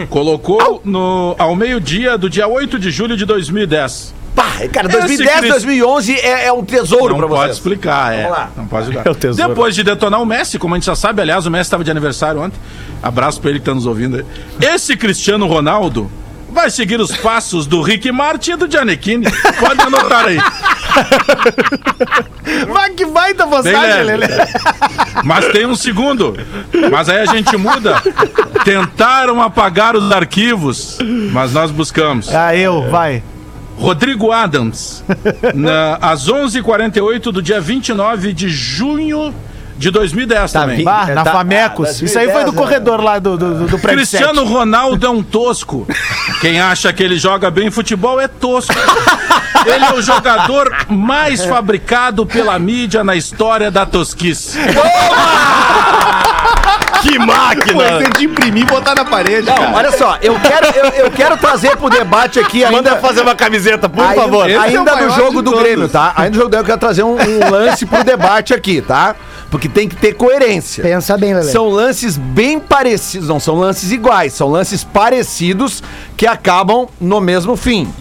E: colocou no, ao meio-dia do dia 8 de julho de 2010.
C: Pá, cara,
E: Esse
C: 2010,
E: Cris-
C: 2011 é, é um tesouro
E: Não
C: pra
E: pode
C: vocês.
E: explicar, é.
C: Vamos lá.
E: Não pode
F: É o tesouro.
E: explicar. Depois de detonar o Messi, como a gente já sabe, aliás, o Messi estava de aniversário ontem. Abraço pra ele que tá nos ouvindo aí. Esse Cristiano Ronaldo vai seguir os passos do Rick Martin e do Giannichini. Pode anotar
C: (laughs)
E: aí.
B: Vai que vai tá da
E: Bem
B: vantagem,
E: leve.
B: Lelê.
E: Mas tem um segundo. Mas aí a gente muda. Tentaram apagar os arquivos, mas nós buscamos.
B: Ah, eu, vai.
E: Rodrigo Adams, na, às 11h48 do dia 29 de junho de 2010 também.
F: vi-
B: Bah,
F: É,
B: na
F: tá-
B: Famecos. Isso aí foi do corredor lá do, do, do- do prédio
E: Cristiano
B: sete.
E: Ronaldo é um tosco. Quem acha que ele joga bem futebol é tosco. Ele é o jogador mais fabricado pela mídia na história da tosquice.
F: Que máquina!
G: de imprimir e botar na parede,
C: Não, olha só, eu quero, eu, eu quero trazer pro debate aqui ainda.
F: Manda fazer uma camiseta, por
C: ainda-
F: favor.
G: Esse é o
C: Ainda do
G: maior
C: jogo
G: de
C: do
G: todos.
C: Grêmio, tá? Ainda do jogo do Grêmio, eu quero trazer um, um lance pro debate aqui, tá? Porque tem que ter coerência.
D: Pensa bem, Lelê.
C: São lances bem parecidos, não são lances iguais, são lances parecidos que acabam no mesmo
F: (laughs)
C: fim.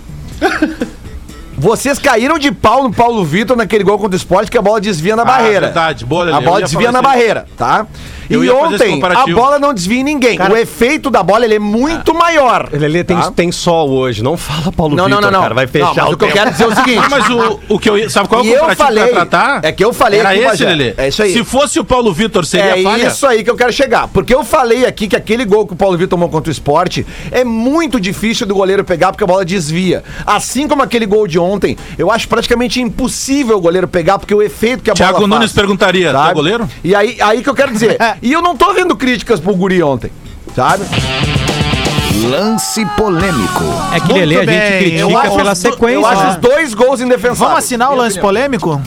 C: Vocês caíram de pau no Paulo Vitor naquele gol contra o esporte que a bola desvia na barreira.
E: Ah, verdade, boa, Lelê,
C: A
E: eu
C: bola
E: ia
C: desvia
E: falar
C: na
E: isso aí.
C: barreira, tá?
E: Eu
C: e
E: ia fazer esse
C: ontem a
E: comparativo.
C: bola não desvia em ninguém. o efeito da bola ele é muito maior.
F: Lelê, tem,
C: Tá?
F: tem sol hoje. Não fala Paulo
C: Não, não,
F: é Vitor,
C: não, não.
F: cara. Vai fechar
C: não, mas
F: o,
C: o que eu
F: tempo.
C: quero dizer é o seguinte.
E: Ah, (laughs) mas o, o que eu. ia- Sabe qual é o
C: E eu
E: comparativo que eu ia
C: falei-
E: tratar?
C: é que eu falei
E: Era
C: com o
E: esse,
C: Bagé.
E: Lelê.
C: É isso aí.
E: Se fosse o Paulo Vitor, seria
C: é
E: falha?
C: isso aí que eu quero chegar. Porque eu falei aqui que aquele gol que o Paulo Vitor tomou contra o esporte é muito difícil do goleiro pegar porque a bola desvia. Assim como aquele gol de ontem, eu acho praticamente impossível o goleiro pegar porque o efeito que a
E: Thiago
C: bola faz.
E: Nunes perguntaria,
C: sabe?
E: tá goleiro?
C: E aí, aí que eu quero
E: (laughs)
C: dizer. e eu não tô vendo críticas pro Guri ontem, sabe?
I: Lance polêmico.
H: É que Lele a
B: Muito
H: gente
B: bem. Eu
H: critica
B: acho
H: pela
B: os do- eu
H: sequência.
C: Eu acho
H: né?
C: os dois gols indefensáveis.
B: Vamos assinar o lance polêmico?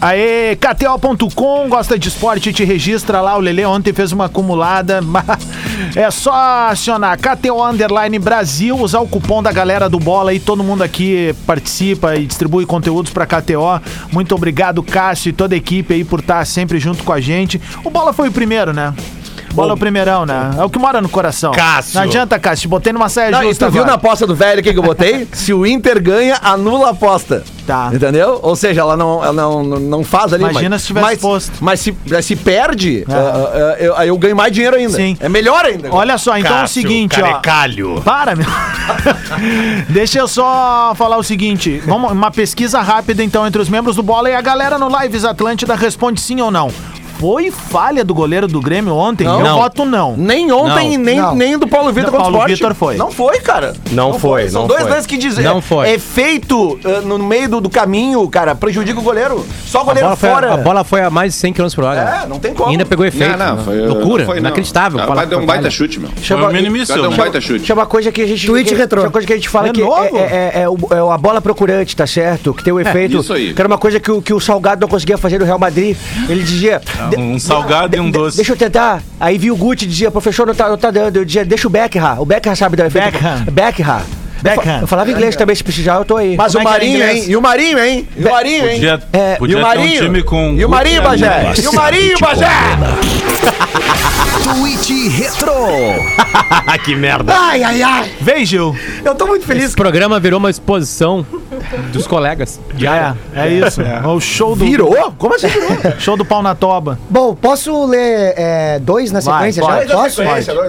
B: Aê, KTO.com, gosta de esporte, te registra lá. O Lele ontem fez uma acumulada. (laughs) É só acionar KTO Underline Brasil, usar o cupom da galera do Bola aí. Todo mundo aqui participa e distribui conteúdos pra KTO. Muito tá obrigado, Cássio e toda a equipe aí por estar sempre junto com a gente. O Bola foi o primeiro, né? Bola é o primeirão, né? É o que mora no coração.
J: Cássio.
B: Não adianta, Cássio, te botei numa saia
C: Não, e
B: justa.
C: tu viu na
B: agora.
C: aposta do velho o que que eu
B: (laughs)
C: botei? Se o Inter ganha, anula a aposta.
B: Tá.
C: Entendeu? Ou seja, ela não, ela não, não- não faz ali.
B: Imagina
C: mas-
B: se tivesse
C: mas,
B: posto.
C: Mas se, mas se perde,
B: É.
C: ah, ah, ah, eu- aí eu, ganho mais dinheiro ainda.
B: Sim.
C: É melhor ainda.
B: Olha só, então é o seguinte, ó.
J: Carecalho.
B: Para, meu. (laughs) Deixa eu só falar o seguinte. Vamos, uma pesquisa rápida, então, entre os membros do Bola e a galera no Lives Atlântida responde sim ou não. Foi falha do goleiro do Grêmio ontem?
C: Não.
B: Eu
H: Não.
B: voto não.
C: Nem ontem,
H: Não,
C: nem,
D: não.
C: nem do Paulo Vitor
B: Não,
C: contra o
B: Paulo
C: Sport.
B: Vitor foi.
C: Não foi, cara.
F: Não foi,
C: São
F: não
C: dois
F: foi.
C: lances que dizem.
H: Não foi.
C: É feito ah, no meio do, do caminho, cara, prejudica o goleiro. Só o
H: A
C: goleiro
H: bola, foi,
C: fora.
H: a bola foi a mais de 100 km por hora.
C: É, não tem como.
H: E ainda pegou efeito.
G: Não, não, foi,
H: Loucura,
G: não foi, não.
H: inacreditável.
G: Ela
H: Fala-
G: vai dar um
H: falha.
G: baita chute, meu.
E: Foi o minimício,
G: Vai dar um
E: né?
G: baita chute.
F: Tinha uma coisa que a gente.
D: Tweet
F: que,
D: retrô.
F: Tinha uma coisa que a gente fala
B: É
F: que
B: novo?
F: É, é- é- é o, é a bola procurante, tá certo? Que tem
J: É,
F: o efeito.
G: isso aí.
F: Que era uma coisa que o, que o Salgado não conseguia fazer no Real Madrid. Ele dizia. "De-
E: Um salgado e um
F: de-
E: doce.
F: Deixa eu tentar. Aí vi o Guti e dizia, professor, não tá, não tá dando. Eu dizia, deixa o Beckham. O Beckham sabe dar o efeito.
B: Beckham.
F: Beckham. Eu, fa-
B: Beckham.
F: eu falava inglês também, se precisar, eu tô aí.
C: Mas o
B: Como é que é
C: Marinho, hein?
B: inglês?
C: E o Marinho, hein? E o Marinho, hein?
E: Podia,
F: É,
E: podia
C: e o
E: ter um
C: Marinho?
E: time com.
C: E o Marinho,
E: Guti,
C: Bagé? E o Marinho, Bagé?
I: Tweet Retro.
J: Ah, que merda.
D: Ai, ai, ai.
B: Vem, Gil.
D: Eu tô muito feliz.
H: Esse programa virou uma exposição dos colegas.
B: Já é. É isso. É o show do.
C: Virou? Como assim virou?
B: Show do pau na toba.
D: Bom, posso ler é, dois na
B: Vai,
D: sequência
B: pode.
D: já? Posso?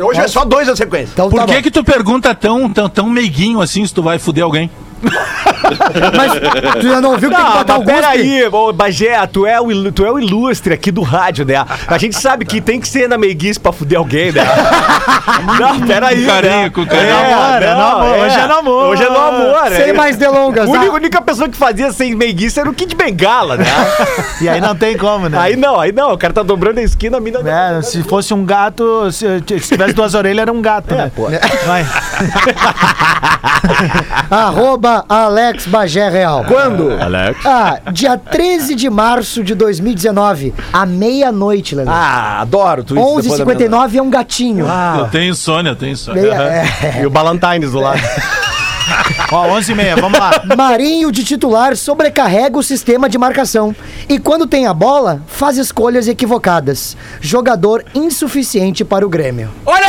C: Hoje é só dois na sequência.
D: Então
E: Por
D: tá
E: que
D: bom.
E: que tu pergunta tão, tão, tão meiguinho assim se tu vai fuder alguém?
D: Mas tu já não ouviu que tem que botar o guspe?
J: Peraí, ô, Bagé, tu é, o, ilu- tu é o ilustre aqui do rádio, né? A gente sabe que tem que ser na meiguice pra fuder alguém,
F: (laughs)
J: né? Não, peraí. né?
E: Carinho, com carinho.
B: Namoro,
J: não,
B: namoro, hoje é namoro.
J: Hoje é no amor,
D: Sem
J: né?
D: mais delongas.
J: A
D: tá?
J: única, única pessoa que fazia sem meiguice era o Kid Bengala,
H: (laughs)
J: né?
B: E aí não tem como, né?
J: aí não, aí não. O cara tá dobrando a esquina, a mina...
B: É, se fosse um gato, se, se tivesse duas orelhas, era um gato, né? Vai.
D: tá? Arroba Alex Bagé Real.
C: Quando?
H: é-
J: Alex.
D: Ah, dia 13 de março de 2019, à meia-noite, Lelê.
C: Ah, adoro tu
D: 11h59 é um gatinho.
C: Ah.
E: Eu tenho insônia, eu tenho insônia.
D: Meia- é.
J: E o Ballantines do lado.
B: Ó, 11 e meia, vamos lá.
D: Marinho de titular sobrecarrega o sistema de marcação. E quando tem a bola, faz escolhas equivocadas. Jogador insuficiente para o Grêmio.
C: Olha!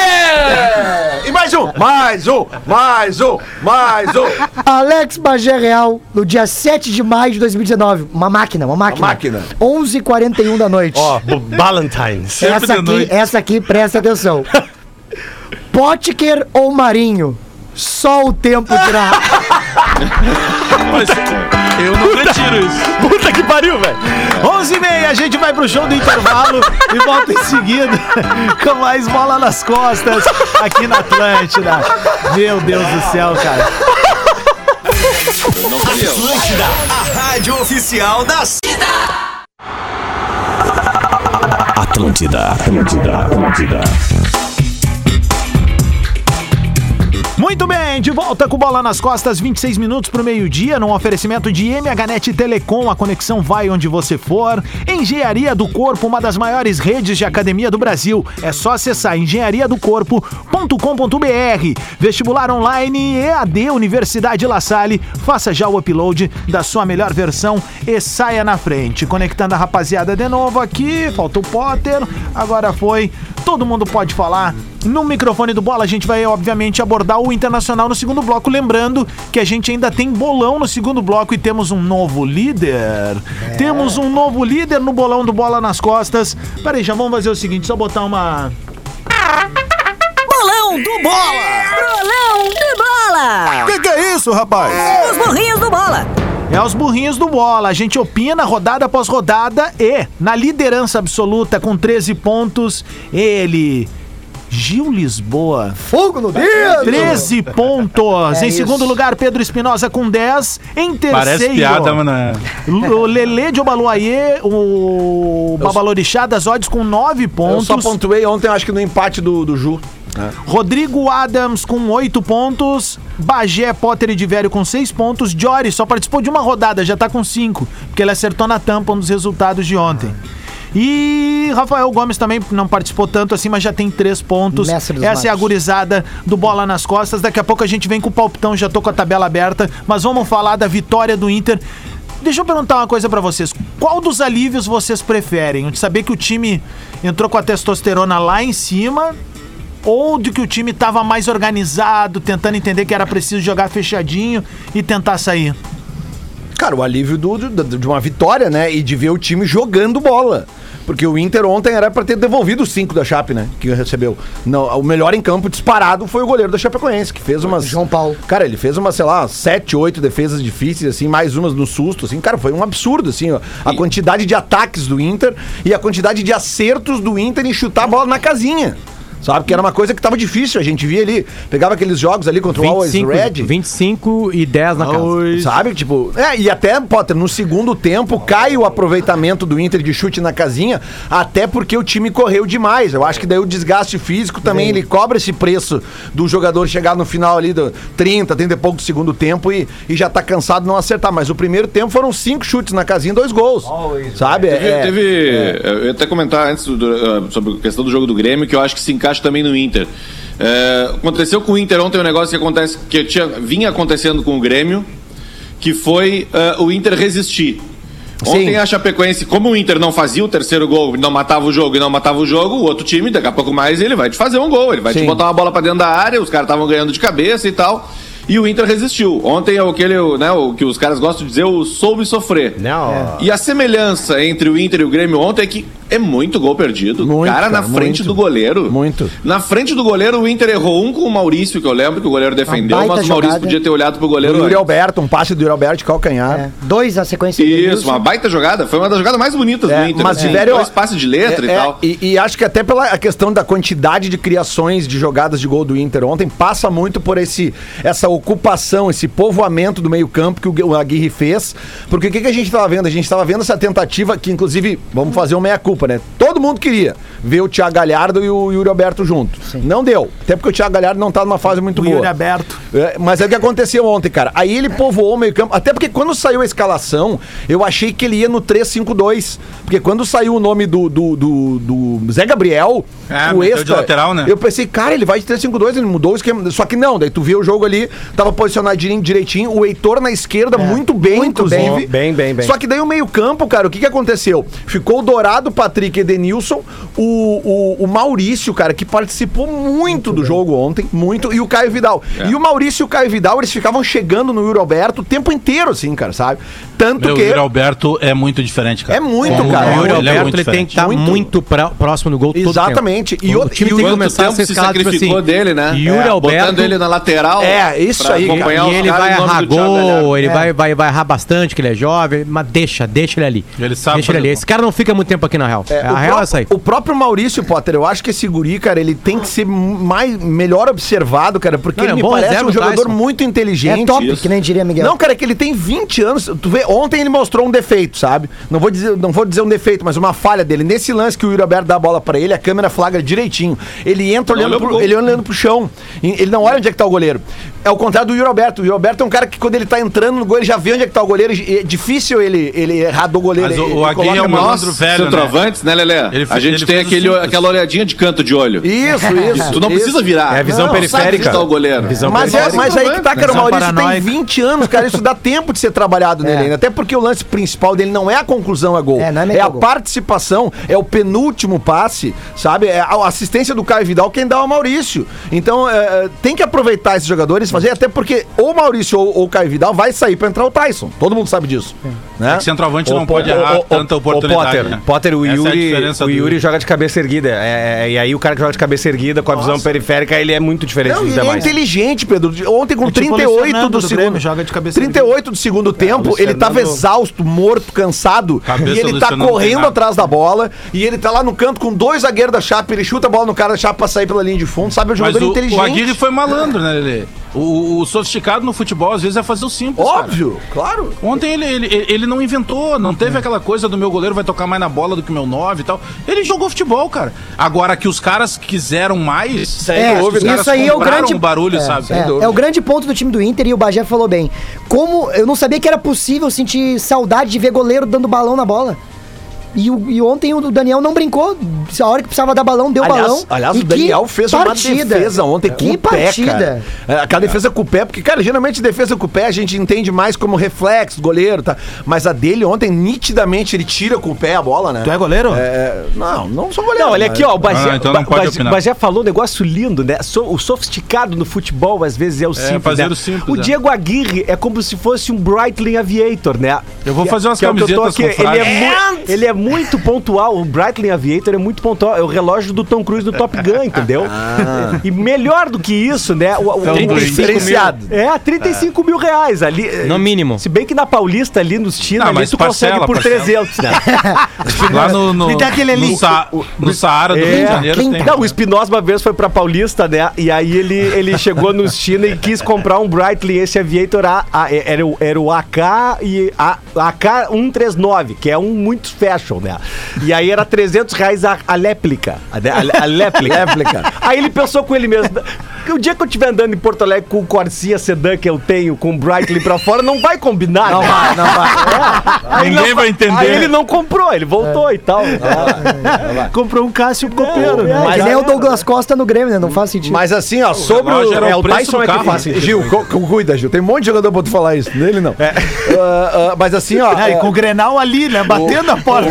C: E mais um, mais um, mais um, mais um.
D: Alex Bagé Real, no dia 7 de maio de 2019. Uma máquina, uma máquina.
C: Uma máquina.
D: 11h41 da noite.
J: Ó, o Ballantines.
E: Sempre
D: essa,
E: de
D: aqui,
E: noite.
D: essa aqui, presta
E: (laughs)
D: atenção. Potker ou Marinho? Só o tempo dirá.
E: Mas eu não retiro isso.
J: Puta que pariu, velho.
B: 11 e meia, a gente vai pro show do intervalo e volta em seguida com mais bola nas costas aqui na Atlântida. Meu Deus do céu, cara.
G: Não fui eu.
I: Rádio oficial da Cida. Atlântida, Atlântida, Atlântida.
B: Muito bem, de volta com bola nas costas, 26 minutos pro meio-dia, num oferecimento de MHNet Telecom, a conexão vai onde você for. Engenharia do Corpo, uma das maiores redes de academia do Brasil. É só acessar engenhariadocorpo.com.br. Vestibular online EAD Universidade La Salle. Faça já o upload da sua melhor versão e saia na frente. Conectando a rapaziada de novo aqui, falta o Potter, agora foi. Todo mundo pode falar. No microfone do Bola, a gente vai, obviamente, abordar o Internacional no segundo bloco. Lembrando que a gente ainda tem bolão no segundo bloco e temos um novo líder.
D: É.
B: Temos um novo líder no bolão do Bola nas costas. Peraí, já vamos fazer o seguinte: só botar uma.
K: Bolão do Bola! Bolão do Bola!
A: Que que é isso, rapaz?
K: Os burrinhos do Bola!
B: É os burrinhos do bola. A gente opina rodada após rodada e, na liderança absoluta, com 13 pontos, ele. Gil Lisboa.
D: Fogo no dedo!
B: 13 pontos.
D: (laughs) É
B: em
D: isso.
B: segundo lugar, Pedro Espinosa com 10. Em terceiro.
E: Parece piada, mas não é.
B: L- O Lele de Obaluayê, o Babalorixá das odds com 9
C: Eu
B: pontos.
C: só pontuei ontem, acho que no empate do, do Ju.
B: Rodrigo Adams com 8 pontos. Bagé, Potter e Divério com 6 pontos. Jory só participou de uma rodada, já tá com 5, porque ele acertou na tampa um dos resultados de ontem. E Rafael Gomes também não participou tanto assim, mas já tem 3 pontos. Essa
D: Mestre dos
B: é a
D: matos.
B: gurizada do Bola nas Costas. Daqui a pouco a gente vem com o palpitão, já tô com a tabela aberta, mas vamos falar da vitória do Inter. Deixa eu perguntar uma coisa pra vocês. Qual dos alívios vocês preferem? O De saber que o time entrou com a testosterona lá em cima ou de que o time tava mais organizado, tentando entender que era preciso jogar fechadinho e tentar sair?
C: Cara, o alívio do, do- de uma vitória, né? E de ver o time jogando bola. Porque o Inter ontem era pra ter devolvido os cinco da Chape, né? Que recebeu. Não, o melhor em campo disparado foi o goleiro da Chapecoense, que fez umas. João Paulo. Cara, ele fez umas, sei lá, sete, oito defesas difíceis, assim, mais umas no susto, assim. Cara, foi um absurdo, assim, ó. A quantidade de ataques do Inter e a quantidade de acertos do Inter em chutar a bola na casinha. Sabe? Que era uma coisa que tava difícil, a gente via ali. Pegava aqueles jogos ali contra o Always
H: 25,
C: Red.
H: 25 e 10 na casa.
C: Sabe? Tipo, é, e até, Potter, no segundo tempo cai o aproveitamento do Inter de chute na casinha, até porque o time correu demais. Eu acho que daí o desgaste físico também, ele cobra esse preço do jogador chegar no final ali do 30, 30 e pouco do segundo tempo e, e já tá cansado de não acertar. Mas o primeiro tempo foram cinco chutes na casinha, dois gols. Sabe?
G: Teve,
C: É-
G: teve- Eu ia até comentar antes do- do- sobre a questão do jogo do Grêmio, que eu acho que se encaixa também no Inter. É, aconteceu com o Inter ontem um negócio que acontece que tinha, vinha acontecendo com o Grêmio, que foi é, o Inter resistir. Ontem a Chapecoense, como o Inter não fazia o terceiro gol, não matava o jogo e não matava o jogo, o outro time, daqui a pouco mais, ele vai te fazer um gol, ele vai te botar uma bola pra dentro da área, os caras estavam ganhando de cabeça e tal. E o Inter resistiu. Ontem é aquele, né, o que os caras gostam de dizer, o soube sofrer.
C: Né?
F: Não.
G: E a semelhança entre o Inter e o Grêmio ontem é que é muito gol perdido. cara, na
C: cara,
G: frente
C: muito.
G: do goleiro.
C: Muito.
G: Na frente do goleiro, o Inter errou um com o Maurício, que eu lembro que o goleiro defendeu,
D: baita
G: mas o Maurício
D: jogada.
G: podia ter olhado pro
C: Do
G: goleiro.
C: Yuri
G: antes.
C: Alberto, um passe do Yuri Alberto de calcanhar.
D: É, dois na sequência. do
G: Isso,
D: Wilson.
G: uma baita jogada. Foi uma das jogadas mais bonitas do
C: É,
G: Inter.
C: mas
G: assim,
C: tiveram-
G: dois passes de letra
C: É,
G: e
C: é,
G: tal.
C: E, e acho que até pela a questão da quantidade de criações de jogadas de gol do Inter ontem, passa muito por esse, essa ocupação, esse povoamento do meio-campo que o, Gu- o Aguirre fez. Porque o que, que a gente estava vendo? A gente estava vendo essa tentativa que, inclusive, vamos fazer uma meia-culpa, né? Todo mundo queria ver o Thiago Galhardo e o Yuri Alberto juntos. Não deu. Até porque o Thiago Galhardo não tá numa fase muito
B: O
C: boa.
B: Yuri aberto.
C: É, mas é o que aconteceu ontem, cara. Aí ele povoou o meio-campo. Até porque quando saiu a escalação, eu achei que ele ia no 3-5-2. Porque quando saiu o nome do, do, do- do Zé Gabriel,
E: É,
C: o
E: meteu de lateral, né?
C: Eu pensei, cara, ele vai de 3-5-2, ele mudou o esquema. Só que não, daí tu vê o jogo ali, tava posicionadinho direitinho. O Heitor na esquerda, muito bem, inclusive.
F: É. bem. Bem, bem, bem.
C: Só que daí o meio-campo, cara, o que, que aconteceu? Ficou o Dourado, Patrick Edenilson, o, o, o Maurício, cara, que participou muito do jogo ontem, muito, e o Caio Vidal.
F: É.
C: E o Maurício e o Caio Vidal, eles ficavam chegando no Yuri Alberto o tempo inteiro, assim, cara, sabe? Tanto
E: Meu, o
C: que.
E: Yuri Alberto é muito diferente, cara.
C: É muito,
E: Como
C: cara.
H: O Yuri
E: ele é
H: Alberto
E: muito
H: ele tem
E: diferente.
H: que tá- estar muito, pró- próximo do gol todo
C: Exatamente.
H: tempo.
C: E
H: o
C: outro-
H: time
C: e
H: tem que
C: o
H: começar a
G: tempo
H: ser
G: se
H: escalado tipo
G: sacrificou
H: assim.
G: dele, né?
H: Yuri
G: É,
H: Alberto
G: Botando ele na lateral.
C: É, isso
G: pra
C: aí, cara.
G: acompanhar
H: E
G: os
H: ele
G: caras
H: vai
G: em nome
H: errar
G: do Thiago Galhardo.
H: gol, ele
B: É.
H: vai, vai, vai errar bastante, que ele é jovem, mas deixa, deixa ele ali.
E: Ele sabe
H: deixa ele
E: fazer
H: ali.
E: gol.
H: Esse cara não fica muito tempo aqui na real.
C: É,
H: a real
C: pró-
H: é essa aí.
C: o próprio Maurício Potter, eu acho que esse guri, cara, ele tem que ser mais, melhor observado, cara, porque
H: Não,
C: ele
H: é
C: me
H: bom
C: parece
H: reserva
C: um
H: do
C: jogador
H: Tyson.
C: muito inteligente.
D: É top,
G: isso.
D: que nem diria Miguel.
C: Não, cara, é que ele tem 20 anos. Tu vê, ontem ele mostrou um defeito, sabe? Não vou dizer, não vou dizer um defeito, mas uma falha dele. Nesse lance que o Yuri Alberto dá a bola pra ele, a câmera flagra direitinho. Ele entra
G: Não
C: olhando
G: olhou pro
C: pro,
G: gol.
C: ele olhando pro chão. E Ele não olha onde é que tá o goleiro. É o contrário do Yuri Alberto. O Yuri Alberto é um cara que quando ele tá entrando no gol, ele já vê onde é que tá o goleiro. E É difícil ele, ele errar do goleiro.
E: Mas o-
C: ele,
E: o
C: ele
E: Aguirre
C: coloca
E: é o
C: no-
E: malandro
G: Nós,
E: velho, né?
G: centroavantes, né, Lelé?
E: Ele fe-
G: a gente
E: ele
G: tem
E: fez o
G: aquele,
E: simples.
G: aquela olhadinha de canto de olho.
C: Isso,
G: (laughs)
C: isso.
G: Tu não
C: isso.
G: precisa virar.
F: É a visão
G: Não, Sabe onde
F: periférica.
G: tá o goleiro.
F: Visão
C: Mas, é, mas aí que tá, cara, o
B: Pensão
C: Maurício tem
B: paranoica.
C: 20 anos, cara, isso dá tempo de ser trabalhado nele ainda. Até porque o lance principal dele não é a conclusão a gol.
D: É,
C: É,
D: não é meter
C: a
D: o gol.
C: participação, é o penúltimo passe, sabe? É a assistência do Caio Vidal quem dá é o Maurício. Então é, é, tem que aproveitar esses jogadores, fazer, até porque ou o Maurício ou, ou o Caio Vidal vai sair pra entrar o Tyson. Todo mundo sabe disso. Né?
E: É que centroavante não
F: Ô,
E: pode
F: ô,
E: errar
F: ô, ô,
E: tanta
F: ô,
E: oportunidade.
F: Potter,
E: né?
F: Potter, o
E: Essa é a
F: Yuri,
E: diferença
F: o
E: do
F: Yuri joga de cabeça erguida. é, é, e aí o cara que joga de cabeça erguida com a visão periférica, ele é muito diferente
C: Não,
F: dos
C: ele é
F: demais.
C: inteligente, Pedro. De- Ontem com
B: É tipo o
C: 38
B: Luciano
C: do,
B: do
C: segundo.
B: Grêmio, joga de Tá, cabeça
C: 38 do segundo tempo, ele tava exausto, morto, cansado.
E: Cabeça
C: e ele
E: do
C: tá
E: Luciano não tem
C: correndo
E: nada.
C: atrás da bola. E ele tá lá no canto com dois zagueiros da chapa. Ele chuta a bola no cara da chapa pra sair pela linha de fundo. Sabe? É um
E: Mas
C: jogador
E: o,
C: inteligente.
E: o Aguirre foi malandro, né, Lelê? O, o- o sofisticado no futebol, às vezes, é fazer o simples. cara.
C: Óbvio, claro.
E: Ontem ele, ele, ele não inventou, não teve aquela coisa do meu goleiro vai tocar mais na bola do que o meu nove e tal. Ele jogou futebol, cara. Agora que os caras quiseram mais,
D: É,
E: acho que os caras
D: isso aí é o
E: compraram um
D: grande
C: um
E: barulho, sabe?
D: É, é o grande ponto do time do Inter e o Bagé falou bem. Como eu não sabia que era possível sentir saudade de ver goleiro dando balão na bola. E, o- e ontem o Daniel não brincou. A hora que precisava dar balão, deu
C: aliás,
D: balão.
C: aliás,
D: E
C: o Daniel
D: que
C: fez uma
D: partida.
C: defesa ontem com
D: que
C: o pé, cara.
D: partida.
C: É, Aquela defesa com o pé, porque, cara, geralmente defesa com o pé a gente entende mais como reflexo, goleiro, tá? Mas a dele ontem, nitidamente, ele tira com o pé a bola, né?
B: Tu é goleiro?
C: É, não, não sou goleiro.
F: Não, olha
C: mas-
F: aqui, ó, o Bagé,
E: Ah, então não
F: Ba-
E: pode
F: Bagé,
E: opinar.
F: Bagé falou um negócio lindo, né? So- o sofisticado no futebol, às vezes, é o simples,
E: fazer
F: né?
E: o simples, é.
F: Diego Aguirre é como se fosse um Brightling Aviator, né?
E: Eu vou
F: Que-
E: fazer umas
F: que é o que eu tô
E: camisetas
F: aqui. ele,
E: com frase.
F: é mu- ele é muito pontual, o Brightling Aviator é muito pontual, é o relógio do Tom Cruise no Top Gun, entendeu? E melhor do que isso, né? O, o,
E: Então,
F: o-
C: Diferenciado.
F: é, 35 mil reais ali. eh,
H: No mínimo.
F: Se bem que na Paulista, ali nos China,
E: Não,
F: ali,
E: mas
F: tu consegue
E: parcela,
F: por
E: parcela.
F: 300, né?
E: Lá no, no,
B: Me dá aquele ali.
E: no, Sa- no Saara do
F: É.
E: Rio de Janeiro
D: Quem
E: tem.
F: Não, o Espinosa uma vez foi pra Paulista, né? E aí ele, ele chegou nos China e quis comprar um Brightling. Esse Aviator A, A- é, era, o, era o AK e A- AK-139, que é um muito fashion, né? E aí era 300 reais a, a réplica. A, né? a, a réplica. Aí ele pensou com ele mesmo. "Que O dia que eu estiver andando em Porto Alegre com o Corsia Sedan que eu tenho, com o Brightling pra fora, não vai combinar. Não vai, não vai.
E: Ninguém vai entender.
F: Aí ele não comprou, ele voltou e tal.
C: É.
F: É,
B: Comprou um Cássio Copeiro, né?
D: Mas
F: já
D: É nem o
F: era.
D: Douglas Costa no Grêmio, né? Não faz sentido.
C: Mas assim, ó, sobre
E: relógio
C: o.
E: era o
C: é, o
E: preço
C: Tyson
E: do
C: é que
E: carro,
C: faz
E: né?
C: sentido. Gil, co- co- cuida, Gil. Tem um monte de jogador pra tu falar isso. Nele não. Ah, ah, mas assim, ó.
B: É, e
C: ah,
B: com o Grenal ali, né? Batendo a porta.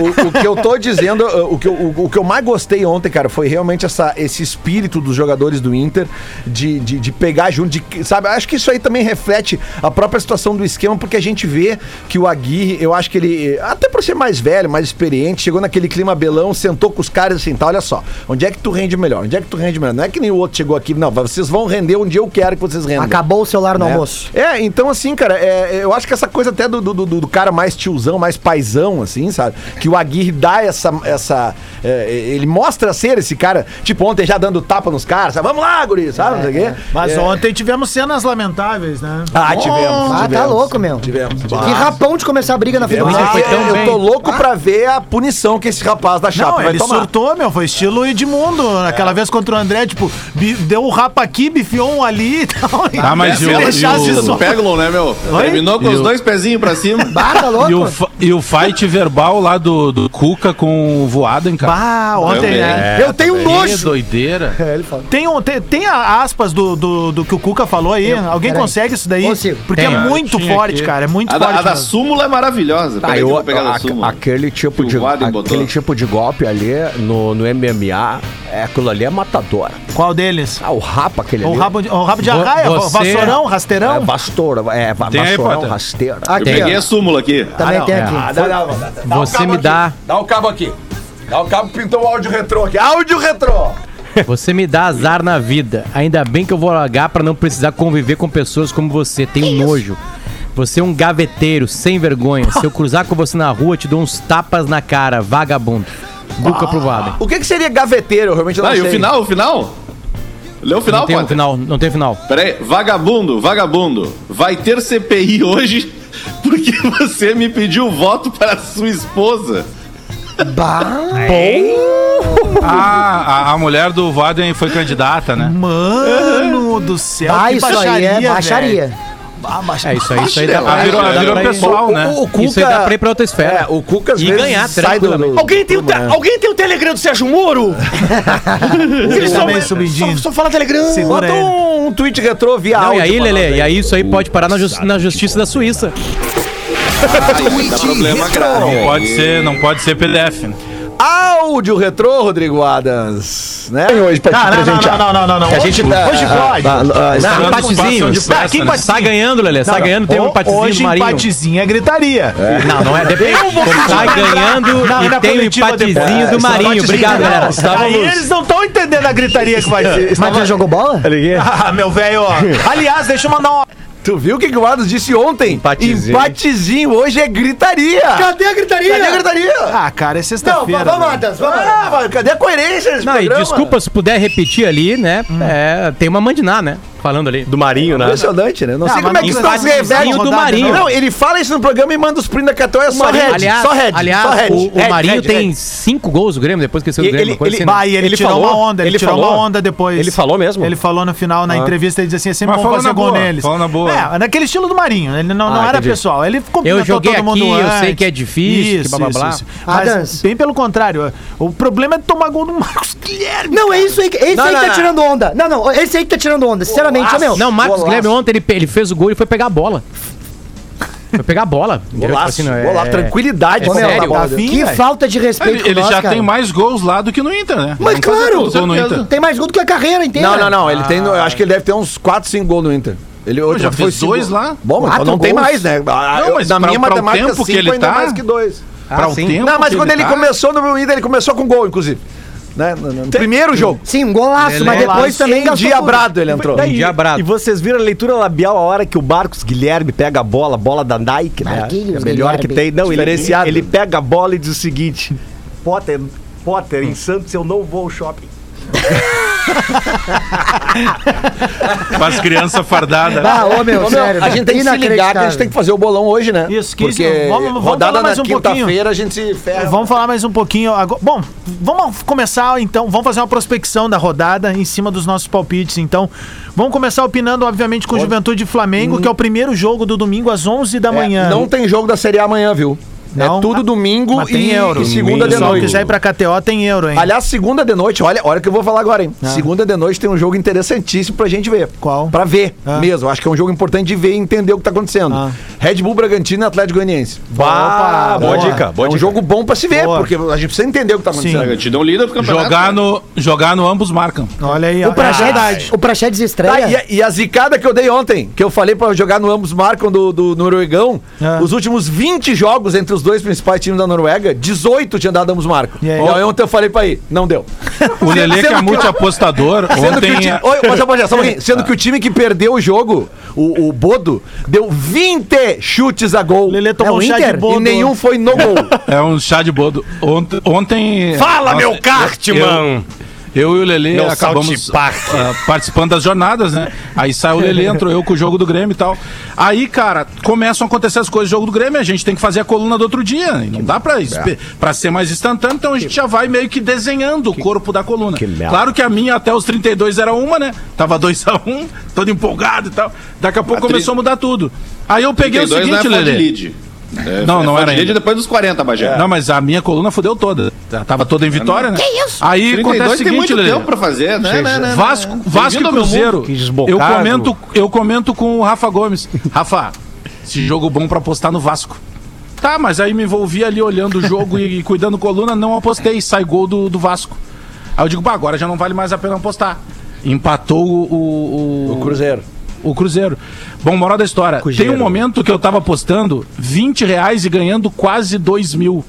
C: O, o- o que eu tô dizendo, uh, o que eu, o, o que eu mais gostei ontem, cara, foi realmente essa, esse espírito dos jogadores do Inter de, de, de pegar junto, de, sabe? Acho que isso aí também reflete a própria situação do esquema, porque a gente vê que o Aguirre, eu acho que ele, eh, até por ser mais velho, mais experiente, chegou naquele clima belão, sentou com os caras assim, tá? Olha só, onde é que tu rende melhor? Onde é que tu rende melhor? Não é que nem o outro chegou aqui, não, vocês vão render onde eu quero que vocês rendam.
D: Acabou o celular no
C: né?
D: almoço.
C: É, então assim, cara, é, eu acho que essa coisa até do, do, do- do cara mais tiozão, mais paizão, assim, sabe? Que o Aguirre dá essa. essa é, ele mostra ser esse cara, tipo, ontem já dando tapa nos caras, sabe? Vamos lá, guri, sabe? não sei o quê.
B: Mas
C: É.
B: ontem tivemos cenas lamentáveis, né?
C: Ah, tivemos.
D: Ah, tá
C: tivemos.
D: louco, meu.
C: Tivemos.
D: Que rapão de começar a briga na final. é.
C: Ah,
H: foi tão
C: eu, eu
H: bem.
C: tô louco pra ver a punição que esse rapaz da chapa
B: Não,
C: vai
B: ele
C: tomar.
B: surtou, meu, foi estilo Edmundo. Aquela vez contra o André, tipo, bi- deu um rapa aqui, bifiou um ali (laughs) então, e tal.
E: Ah, mas
B: Se
E: e o-
B: deixasse
E: e o-
B: só-
G: Peglon, né, meu? Terminou com
E: E
G: os
E: o-
G: dois pezinhos pra cima.
D: Ah, tá louco?
E: E o, fa- e o fight verbal lá do, do Cuca com o voado, hein, cara?
B: Bah, ontem,
G: Também.
B: né?
C: É.
D: eu tenho
E: Que
D: nojo.
E: doideira.
D: É, ele fala.
B: Tem, um, tem, tem a aspas do, do, do que o Cuca falou aí.
D: Eu-
B: Alguém
D: peraí.
B: consegue isso daí?
D: Consigo.
B: Porque
H: Tem,
B: é
H: eu
B: muito
E: tinha
B: forte,
E: aqui.
B: cara. É muito
G: A da, a
B: forte.
G: da
B: mesmo.
G: súmula é maravilhosa.
C: Tá,
G: Peraí que eu vou pegar da
L: Tá, a-
G: súmula.
L: aquele tipo
G: Que o
L: de
G: Vaden
L: aquele
G: botou.
L: tipo de golpe ali no, no MMA, é, aquilo ali é matador.
B: Qual deles?
L: Ah, o rapa aquele
C: É
B: O
C: um
L: ali.
B: rabo, de- o rabo de
H: Vo-
B: arraia? va-
H: você-
B: Vassourão,
L: é
B: rasteirão?
L: vassoura, é va-
E: Tem aí,
C: um
L: vassourão,
E: Potter?
L: rasteira.
G: Eu
D: Aqui,
G: peguei
D: ó.
G: a súmula aqui.
D: Também tem aqui.
H: Você me dá,
C: Dá o cabo aqui. Dá o cabo, pintou o áudio retrô aqui. Áudio retrô!
H: você me dá azar na vida. Ainda bem que eu vou largar pra não precisar conviver com pessoas como você. Tenho nojo. Você é um gaveteiro, sem vergonha. Se eu cruzar com você na rua, eu te dou uns tapas na cara, vagabundo. Buca pro Vaden.
C: O que, que seria gaveteiro? Eu realmente não
G: Ah, e o
C: sei.
G: final, o final? Lê o final,
H: Não tem um
G: Potter.
H: final, não tem final.
G: Peraí, vagabundo, vagabundo, vai ter CPI hoje (laughs) porque você me pediu voto para sua esposa.
E: Ah, a, a mulher do Voaden foi candidata, né?
B: Mano do céu,
D: Ah, isso aí é baixaria.
H: É isso aí, isso aí dá
E: Ah,
H: pra,
E: virou,
H: dá
E: virou
H: pra ir-
E: pessoal, né?
C: O, o Cuca...
H: Isso aí dá pra ir pra outra esfera.
C: É, o Cuca às
H: E
C: vezes
H: ganhar
C: sai do,
H: tranquilamente.
C: do-
F: Alguém tem, o te- alguém tem o Telegram do Sérgio Moro?
J: É.
F: Eles
B: Ele
F: só-
B: tá meio subidinho.
F: Só, só fala Telegram.
B: Segura
C: Bota
B: ele.
C: um, um tweet retrô via
H: Não, e
C: áudio.
H: aí,
C: mano.
H: Lelê, e aí isso aí pode parar na, jus- na justiça da Suíça.
G: Dá problema grave.
E: Não pode ser, não pode ser PDF. né?
C: Áudio retrô, Rodrigo Adams. Né?
M: hoje pra
B: Ah,
M: te
B: não, não,
M: presentear.
B: não, não, não, não, não.
M: Que a gente tá-
B: hoje pode.
M: Ah, ah, está-
E: Dando
H: Empatezinho.
E: espaço de
H: Ah,
E: festa,
H: quem
E: né?
H: empate- Tá ganhando, Lelê. Tá ganhando, tem um
B: Ho- Hoje
H: empatezinho marinho.
B: empatezinho é gritaria.
H: Não, não é. Depende. Tá ganhando
B: Não,
H: e
B: na
H: tem o
B: coletiva
H: empatezinho
B: depois.
H: do Marinho. Obrigado, galera.
C: Tá
B: Aí eles não estão entendendo a gritaria que vai
C: (laughs)
B: ser.
D: Mas já jogou bola?
B: Ah, meu velho. Aliás, deixa eu mandar um
C: Tu viu o que, que o Adams disse ontem?
L: Empatezinho.
C: Empatezinho, hoje é gritaria. Cadê
D: a gritaria?
C: a gritaria?
B: Ah, cara, é
C: Não,
B: sexta-feira.
C: vamos, vamos, Adams. Vamos, Ah, mas cadê a coerência desse
H: Não, Ah, e
C: programa? Hum.
H: desculpa se puder repetir ali, né? É, tem uma mandiná, né? falando ali.
J: Do Marinho, né?
C: Impressionante, né? Não,
B: Não,
C: sei
H: Tá,
B: mas
C: como é que
B: não
C: isso não
B: faz
C: se reveste.
H: vizinho do
C: Não,
H: Marinho.
C: Não, ele fala isso no programa e manda os print da Cató, é só red,
H: aliás,
C: só red,
H: aliás
C: só red.
H: o, o
C: Red,
H: Marinho
C: red,
H: tem
C: red.
H: cinco gols do Grêmio depois que saiu do
J: E-
H: Grêmio.
J: ele-
H: coisa
J: ele-
H: assim, né?
B: Bah, e ele,
J: Ele
B: tirou
J: falou?
B: uma onda, ele,
J: Ele
B: tirou
J: falou?
B: uma onda depois.
J: Ele falou mesmo?
B: Ele falou no final, na
H: Ah.
B: entrevista, ele dizia assim, é sempre
E: Mas
B: bom
E: falou
B: fazer
E: na
B: gol
E: boa,
B: neles.
E: falou na boa.
B: É, naquele estilo do Marinho, ele não, não
F: Ah,
B: era
F: entendi.
B: pessoal, ele cumprimentou
H: Eu joguei
B: todo mundo
H: aqui, eu
B: antes.
H: sei que é difícil, que blá, blá, blá.
B: Mas,
D: Adams.
B: bem pelo contrário, o problema é tomar gol do Marcos Guilherme.
D: Não, é isso aí. que- Esse
C: Não,
D: aí
C: não,
D: que tá
C: não.
D: tirando onda. Não, não. Esse aí que tá tirando onda. Sinceramente, é meu.
H: Não, Marcos
C: Golaço.
H: Guilherme ontem ele, pe- ele fez o gol e foi pegar a bola. Foi pegar
C: (laughs)
H: a bola. entendeu? Tipo
C: Golaço,
H: assim, não, é-
C: golaço, tranquilidade.
H: é
C: com a bola
H: sério.
C: na bola.
B: Davi-
D: Que
B: velho.
D: falta de respeito
E: Ele,
D: com
E: ele
D: nós,
E: já
D: cara.
E: tem mais gols lá do que no Inter, né?
D: Mas
E: Não fazia
D: claro!
E: tantos gols no Inter.
D: Tem mais gol do que a carreira inteira.
C: Não, não, não, ele tem, eu acho que ele deve ter uns 4, 5 gols no Inter. Ele outro
E: já
C: foi
E: fez
C: cinco.
E: dois lá.
C: Bom, mas
D: Quatro
C: não tem
D: gols.
C: mais, né? Ah,
E: Não,
C: eu-
E: mas
C: na
E: pra-
C: minha
E: pra o
C: matemática,
E: tempo que
C: cinco
E: ele
C: ainda
E: tá-
C: mais que Ah, dois.
E: Pra um
H: sim.
E: tempo
C: Não, mas
E: que
C: quando ele
E: tá-
C: começou no Inter, ele começou com gol, inclusive. Né? No, no primeiro jogo.
D: Sim, um golaço, mas
B: Golaço.
D: depois também gastou tudo.
C: Endiabrado ele entrou.
J: Daí-
H: Endiabrado.
J: E vocês viram a leitura labial a hora que o Marcos Guilherme pega a bola, a bola da Nike, né?
D: Marquinhos
J: É a melhor
D: Guilherme.
J: que tem. Não, ele,
C: Diferenciado.
J: ele pega a bola e diz o seguinte: Potter, Potter, em Santos eu não vou ao shopping.
E: Com as crianças fardadas.
D: Ah, ô meu,
C: Ô, meu,
D: sério.
C: a gente tem que se ligar que a gente tem que fazer o bolão hoje, né?
B: Isso, 15,
C: Porque
B: vamos- vamos
C: rodada
B: falar mais
C: na
B: um pouquinho.
C: quinta-feira a gente se ferra.
B: Vamos falar mais um pouquinho agora. Bom, vamos começar então, vamos fazer uma prospecção da rodada em cima dos nossos palpites, então. Vamos começar opinando, obviamente, com Juventude e Flamengo, que é o primeiro jogo do domingo às 11 da
C: É,
B: manhã.
C: Não tem jogo da Série A amanhã, viu?
B: Não. Ah,
C: É tudo domingo
B: Mas tem
C: e,
B: euro.
C: e segunda de
B: Se o
C: noite.
B: quiser ir pra KTO, tem euro, hein?
C: Aliás, segunda de noite, olha, olha o que eu vou falar agora, hein? Segunda de noite tem um jogo interessantíssimo pra gente ver.
B: Qual?
C: Pra ver
B: Ah.
C: mesmo. Acho que é um jogo importante de ver e entender o que tá acontecendo.
B: Ah.
C: Red Bull Bragantino e Atlético Goianiense.
J: Bah, boa, dica, boa
C: é um
J: dica.
C: jogo bom pra se ver,
B: Boa.
C: porque a gente precisa entender o que tá acontecendo.
G: Bragantino é o líder do campeonato.
E: Jogar no, jogar no ambos marcam.
B: Olha aí, ó.
D: O Praxedes, o Praxedes
C: Tá,
D: estreia.
C: e, a, e a zicada que eu dei ontem, que eu falei pra jogar no ambos marcam do, do Noruegão,
B: Ah.
C: os últimos 20 jogos entre os dois principais times da Noruega, 18 tinha dado ambos marcam.
B: E
C: E
B: aí?
C: aí, ontem eu falei pra ir, não deu.
E: O Lele, que é
C: Sendo que-
E: multi-apostador,
C: Sendo que o
E: ontem. é-
C: time, Oi, mas, rapaziada, só um (laughs) pouquinho. Sendo que o time que perdeu o jogo, o, o Bodo, deu 20 chutes a gol. É
B: Lelê tomou
C: o
B: um chá de Bodo.
C: E nenhum foi no gol.
E: É um chá de bodo. Ontem. ontem
J: Fala,
E: nós-
J: meu Cartman!
E: Eu, eu e o Lele
J: Meu
E: acabamos
J: saltipaque.
E: ah, participando das jornadas, né? Aí sai o Lele, entrou eu com o jogo do Grêmio e tal. Aí, cara, começam a acontecer as coisas do jogo do Grêmio, a gente tem que fazer a coluna do outro dia. né? Não dá pra, espe- pra ser mais instantâneo, então a gente já vai meio que desenhando o corpo da coluna.
J: merda.
E: claro que a minha até os 32 era uma, né? Tava 2x1, todo empolgado e tal. Daqui a pouco
G: A
E: começou a mudar tudo. Aí eu peguei o
G: 32
E: seguinte,
G: não é
E: Lele.
G: lead. É,
E: Não, não
G: é
E: era
G: lead
E: ainda.
G: depois dos 40, Bagé.
E: Não, mas a minha coluna fudeu toda. Ela Tava
G: Ah,
E: toda em vitória, né? Que isso? Aí acontece o
G: tem
E: seguinte,
G: muito
E: Lelê.
G: tempo pra fazer, né? né, né, né.
E: Vasco, Vasco e
G: Bem-vindo ao meu
E: Cruzeiro.
J: Que desbocado.
E: Eu comento, eu comento com o Rafa Gomes. Rafa, esse jogo bom pra apostar no Vasco. Tá, mas aí me envolvi ali olhando o jogo (laughs) e, e cuidando coluna, não apostei, sai gol do, do Vasco. Aí eu digo, bah, agora já não vale mais a pena apostar. Empatou o, o, o-
C: Cruzeiro.
E: o Cruzeiro. Bom, moral da história. Tem um momento que eu tava apostando 20 reais e ganhando quase 2 mil.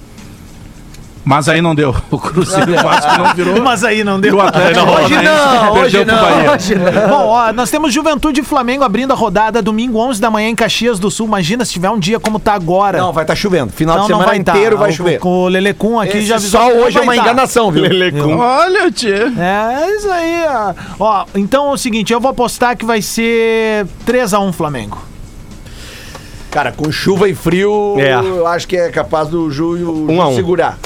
E: Mas aí não deu. (laughs) O Cruzeiro e o Vasco não virou.
B: Mas aí não
E: E
B: deu.
E: o Atlético
C: Hoje
B: (laughs)
E: Paranaense
C: não,
E: perdeu
C: hoje
E: pro
C: não.
E: Bahia.
B: Bom, ó, nós temos Juventude e Flamengo abrindo a rodada domingo 11 da manhã em Caxias do Sul. Imagina se tiver um dia como tá agora.
C: Não, vai estar chovendo. Final
B: Então
C: de semana
B: tá.
C: inteiro vai
J: é
B: O-
C: chover.
B: Com o Lelecum aqui já
C: Esse
B: avisou
C: sol
B: que não
C: hoje é
B: vai
C: uma
B: tá.
C: enganação, viu?
E: Olha, tio.
B: É, isso aí. ó. Ó, então é o seguinte, eu vou apostar que vai ser 3x1 Flamengo.
C: (laughs) Cara, com chuva e frio,
J: É.
C: eu acho que é capaz do Ju, o Ju
J: Um a um.
C: segurar.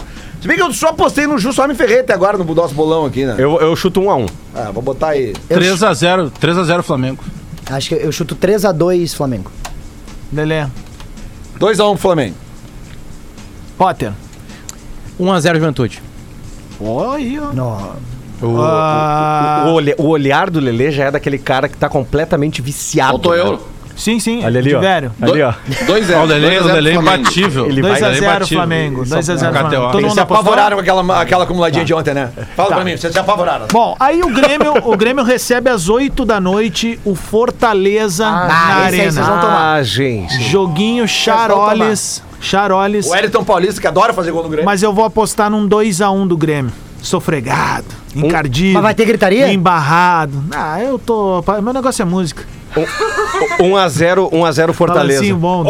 C: Se bem que eu só apostei no Ju, só me ferrei até agora no nosso bolão aqui, né?
J: Eu, eu chuto um a um.
C: Ah, vou botar aí.
D: Eu
E: 3x0, 3x0 Flamengo.
D: Acho que eu chuto 3x2 Flamengo.
B: Lelê.
C: 2x1 pro um, Flamengo.
B: Potter.
H: 1x0 Juventude.
B: Oi, ó.
D: Não.
J: O,
B: Ah.
J: o- o olhe- o olhar do Lelê já é daquele cara que tá completamente viciado.
G: Faltou
J: né?
G: euro.
B: Sim, sim.
J: Olha ali, ó.
B: Tiveram.
J: Ali, ó.
G: 2x0.
E: Olha, o Lelê, o Lelê é imbatível.
J: Ele vai
B: 2x0 Flamengo. 2x0
E: KTO.
B: Flamengo. Todo
E: Eles
B: mundo
C: Se
B: apostou?
C: apavoraram com aquela, aquela acumuladinha de ontem, né? Fala pra mim, vocês se apavoraram.
B: Bom, aí o Grêmio, o Grêmio recebe às 8 da noite o Fortaleza na
D: Ah, esse aí vocês
B: Arena.
D: vão tomar.
J: Ah, gente.
B: Joguinho Charoles. Charoles.
C: O Elton Paulista, que adora fazer gol no Grêmio.
B: Mas eu vou apostar num 2x1 do Grêmio. Sofregado,
C: Um.
B: encardido.
D: Mas vai ter gritaria?
B: Embarrado. Ah, eu tô. pa- Meu negócio é música.
J: 1 a 0 1 a 0 Fortaleza.
D: assim,
B: Balancinho bom.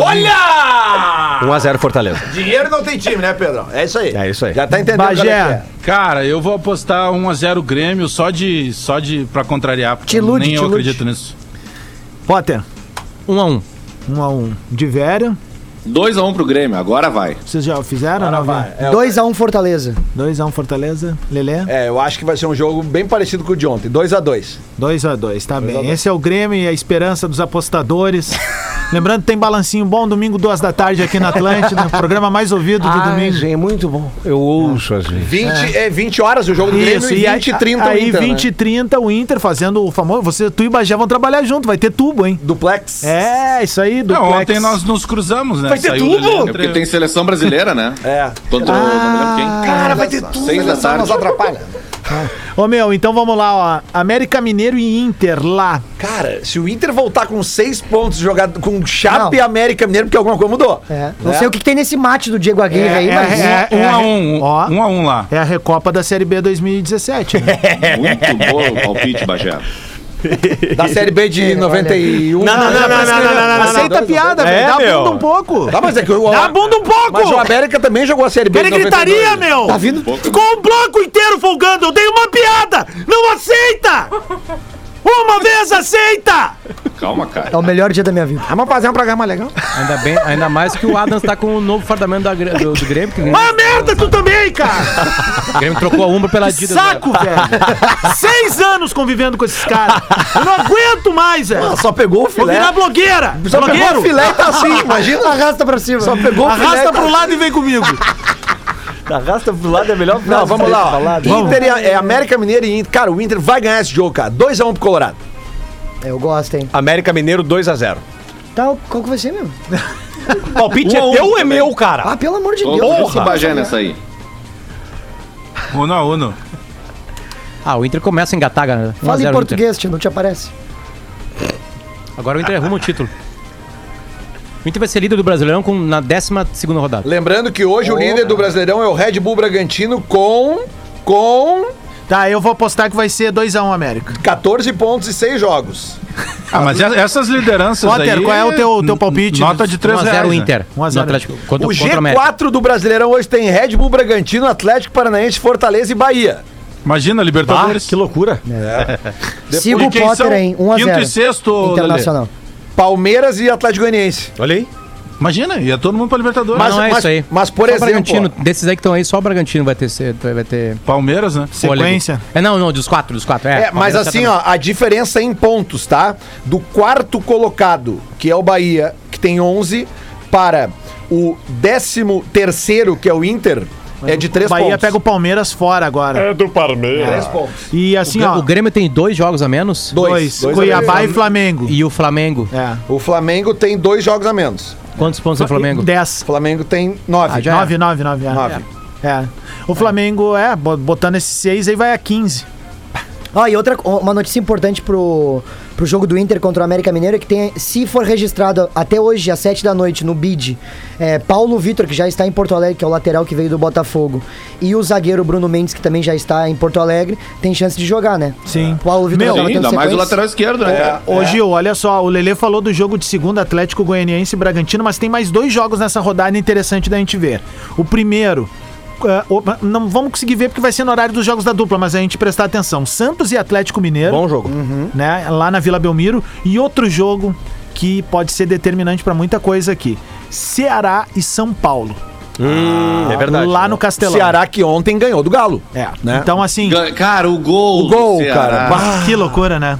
C: Olha!
J: 1 a 0 Fortaleza.
C: Dinheiro não tem time, né, Pedro? É isso aí.
J: É isso aí.
C: Já tá entendendo
B: Bagé.
C: qual é que é.
E: Cara, eu um vou apostar 1x0 Grêmio só de. só de. pra contrariar. Porque
D: Te ilude, te
E: nem eu
D: ilude.
E: acredito nisso.
B: Potter,
H: Um a um.
B: um a um. De Vério,
G: 2x1 pro Grêmio, agora vai. É
B: vocês já fizeram? não, Vério?
D: 2x1 Fortaleza.
B: Dois a um Fortaleza, Lelê.
C: É, eu acho que vai ser um jogo bem parecido com o de ontem. 2x2.
B: 2 a 2 tá bem. Esse é o Grêmio e a esperança dos
C: (laughs)
B: apostadores. Lembrando que tem balancinho bom domingo, duas da tarde aqui na Atlântida. programa mais ouvido do domingo.
F: é muito bom. Eu ouço às vezes.
C: 20, é. 20 horas o jogo do
B: Isso,
C: Grêmio
B: e
C: e
B: aí-
C: 20 e 30 o
B: aí
C: Inter, né?
B: 20 e 30 o Inter fazendo o famoso. Você, tu e Bagé vão trabalhar junto, vai ter tubo, hein?
C: Duplex.
B: É, isso aí, do
E: Não, ontem nós nos cruzamos, né? Vai
C: ter tubo?
G: É porque tem seleção
E: (laughs)
G: brasileira, né?
C: É.
G: Contra o. Não me lembro quem. Cara, vai ter tudo. Seis da tarde.
C: Nos atrapalha.
B: Ô meu, então vamos lá, ó. América Mineiro e Inter lá.
C: Cara, se o Inter voltar com 6 pontos jogado com Chape
D: Não.
C: e América Mineiro, porque alguma coisa mudou.
D: É. Não sei o que, que tem nesse mate do Diego Aguirre aí,
B: é,
D: mas.
B: é.
E: Um a um,
B: Ó.
E: um a um lá.
B: É a Recopa da Série B 2017. Né?
C: (laughs)
G: Muito bom o palpite, Bagé.
C: Da Série B de 91.
F: Não, não, não, não, não, não, não, É, não, não.
B: É, Aceita a piada, velho. Dá a
J: meu.
B: bunda um pouco.
C: Tá, mas é que o,
B: Dá a bunda um pouco.
C: mas o América também jogou a Série B
B: Ele
C: de
B: gritaria,
C: 92.
B: meu!
D: Tá vindo?
C: né?
B: Ficou um bloco inteiro folgando! Eu dei uma piada! Não aceita! Uma vez aceita!
G: Calma,
D: É
G: cara.
D: o melhor dia da minha vida.
C: Vamos fazer um programa legal.
H: Ainda, bem, ainda mais que o Adams tá com o novo fardamento da Grê- do, do Grêmio, que o Grêmio,
B: Ah, merda, tu também, cara!
H: o Grêmio trocou a Umbro pela Adidas.
B: Saco,
C: né?
B: velho! Seis anos convivendo com esses caras! Eu não aguento mais, velho!
C: Só pegou o
B: Vou
C: filé.
B: virar blogueira!
C: Só pegou
B: blogueiro!
C: o filé e tá assim, imagina.
D: Arrasta pra cima.
C: Só pegou o filé.
B: Arrasta
C: e tá
B: pro lado e vem comigo!
J: Arrasta pro lado é melhor
C: Não, vamos lá. ó. Inter e a- é América Mineiro e Inter. Cara, o Inter vai ganhar esse jogo, cara. 2x1 pro Colorado.
D: Eu gosto, hein?
F: América Mineiro 2x0.
C: (laughs)
D: Tá, qual que vai ser mesmo?
J: Palpite é teu ou é meu, cara?
D: Ah, pelo amor de
G: Tô
D: Deus.
G: com o Bagé nessa aí.
E: Uno a uno.
H: Ah, o Inter começa a engatar, galera. 1 a
D: Fala
H: 0
D: em
H: Inter.
D: português, tio, não te aparece.
H: Agora o Inter arruma o título. O Inter vai ser líder do Brasileirão com, na 12 rodada.
C: Lembrando que hoje o líder do Brasileirão é o Red Bull Bragantino com. com.
B: Tá, eu vou apostar que vai ser 2x1 América.
C: 14 pontos e 6 jogos.
E: Ah, mas e- essas lideranças
B: Potter,
E: aí...
B: qual é o teu- teu palpite?
E: Nota de 3
H: 1 a 0
E: reais.
H: o
E: né?
H: Inter.
B: 1 a 0
H: No Atlético. Contra,
C: o
H: contra o América.
C: G4 do Brasileirão hoje tem Red Bull Bragantino, Atlético Paranaense, Fortaleza e Bahia.
E: né? Imagina,
F: Ah,
E: Libertadores.
F: loucura.
D: Siga
E: E
D: o
E: quem
D: Potter,
E: são?
D: hein? 1 a
E: Quinto
D: 0
E: e sexto,
D: Internacional.
C: Palmeiras e Atlético Goianiense.
F: Olha aí.
E: Imagina, ia todo mundo pra Libertadores.
H: Mas não é
C: mas-
H: isso aí.
C: mas, por
H: Só o
C: exemplo,
H: Bragantino, desses aí que estão aí, só o Bragantino vai ter. se- Vai ter
E: Palmeiras, né?
H: fôlego.
B: Sequência.
H: É, não, não, dos quatro, dos quatro. É,
C: É, mas
H: Palmeiras
C: assim,
H: certamente.
C: ó, a diferença em pontos, tá? Do quarto colocado, que é o Bahia, que tem 11, para o décimo terceiro, que é o Inter, é de 3
B: Bahia
C: pontos.
B: pega o Palmeiras fora agora.
C: É,
B: Ah.
C: Três pontos.
B: E assim, ó.
H: O Grêmio tem dois jogos a menos
B: Dois.
C: Dois.
B: Cuiabá
C: Dois.
B: e Flamengo.
H: e o Flamengo.
B: É.
C: O Flamengo tem dois jogos a menos.
H: Quantos pontos tem o Flamengo?
B: 10.
C: O Flamengo tem nove.
H: Ah, já-
B: 9, 9, 9.
C: Nove.
B: É. O Flamengo, é, bo- botando esses seis aí vai a 15.
D: Ó, Ah, e outra, uma notícia importante pro, pro jogo do Inter contra o América Mineiro é que tem, se for registrado até hoje, às 7 da noite, no BID, é, Paulo Vitor, que já está em Porto Alegre, que é o lateral que veio do Botafogo, e o zagueiro Bruno Mendes, que também já está em Porto Alegre, tem chance de jogar, né?
B: Sim.
D: Paulo Vitor
B: Meu,
D: tava
G: Sim,
D: tendo
G: ainda mais o
D: sequência.
G: lateral esquerdo, né, cara?
B: Ô, Gil, olha só, o Lelê falou do jogo de segunda Atlético Goianiense e Bragantino, mas tem mais dois jogos nessa rodada interessante da gente ver. O primeiro. é, o- não vamos conseguir ver porque vai ser no horário dos jogos da dupla, mas a gente prestar atenção. Santos e Atlético Mineiro.
F: Bom jogo.
B: né, lá na Vila Belmiro. E outro jogo que pode ser determinante pra muita coisa aqui: Ceará e São Paulo.
F: é verdade.
B: lá no Castelão.
C: Ceará que ontem ganhou do Galo.
B: É.
C: né?
B: Então, assim,
G: Ga- Cara, o gol.
C: O gol,
G: do Ceará.
C: cara. Bah,
B: que loucura, né?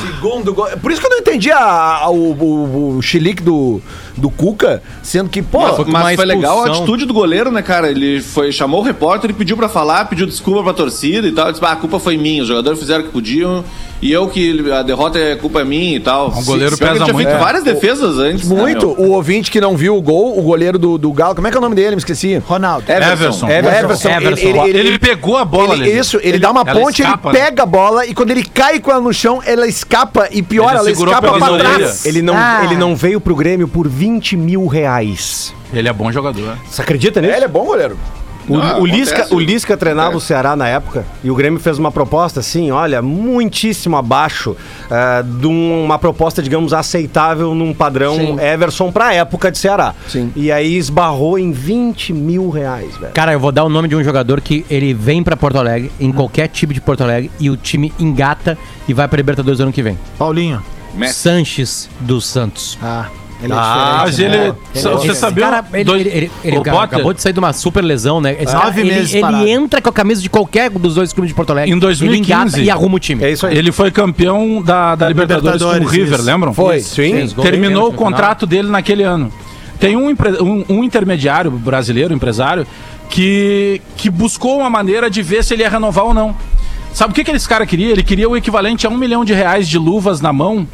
C: segundo gol. Por isso que eu não entendi a, a- o, o, o chilique do, do Cuca, sendo que, pô,
G: Mas, foi- mas
H: uma
G: foi legal a
H: expulsão.
G: atitude do goleiro, né, cara? Ele foi, chamou o repórter, ele pediu pra falar, pediu desculpa pra torcida e tal. Disse, ah, a culpa foi minha, os jogadores fizeram o que podiam e eu que a derrota é culpa minha e tal.
E: O goleiro
G: Se- se
E: pesa
G: bem que ele tinha
E: muito,
G: feito
E: né?
G: várias defesas antes. né,
C: muito.
G: meu?
C: o ouvinte que não viu o gol, o goleiro do, do Galo, como é que é o nome dele? Me esqueci.
B: Ronaldo.
G: Everson.
C: O Everson.
H: Everson.
C: ele-
H: Everson.
C: ele- ele-
E: Ele pegou a bola,
C: Ele-
E: Lelê.
C: isso, ele, dá uma
E: ela
C: ponte,
E: escapa,
C: ele
E: né?
C: pega a bola e quando ele cai com ela no chão, ela escapa e pior,
E: Ele
C: ela
E: segurou
C: escapa
E: pelas
C: pra
E: orelhas.
C: trás.
F: Ele não,
D: Ah.
F: ele não veio pro Grêmio por 20 mil reais.
E: Ele é bom jogador.
F: Você acredita nisso?
C: É, ele é bom goleiro. É.
F: O,
G: Ah,
F: o Lisca,
G: acontece.
F: o Lisca treinava o Ceará na época e o Grêmio fez uma proposta assim, olha, muitíssimo abaixo ah, de um- uma proposta, digamos, aceitável num padrão Everson pra época de Ceará.
C: Sim.
F: E aí esbarrou em 20 mil reais, velho.
H: Cara, eu vou dar o nome de um jogador que ele vem pra Porto Alegre, em qualquer time de Porto Alegre, e o time engata e vai pra Libertadores ano que vem.
B: Paulinho.
G: Messi.
H: Sanches dos Santos.
B: Ah, ele
E: Ah,
B: é
E: mas
B: diferente.
E: ele.
B: né?
E: sa- você sabia?
H: Cara, ele,
E: dois-
H: ele- ele- ele
E: o
H: cara,
E: Potter,
H: acabou de sair de uma super lesão, né? Esse cara,
B: Nove
H: ele,
B: meses
H: ele
B: parado.
H: entra com a camisa de qualquer dos dois clubes de Porto Alegre.
E: Em
H: ele
E: 2015.
H: engata e arruma o time.
F: É isso aí.
E: ele foi campeão da, da Libertadores, com o
B: Libertadores,
E: River,
B: isso.
E: lembram?
C: Foi.
H: Sim,
E: Sim,
H: os gols
E: terminou
H: dele
E: o
H: no final.
E: contrato dele naquele ano. Tem um, empre- um- um intermediário brasileiro, empresário, que, que buscou uma maneira de ver se ele ia renovar ou não. Sabe o que, que esse cara queria? Ele queria o equivalente a um milhão de reais de luvas na mão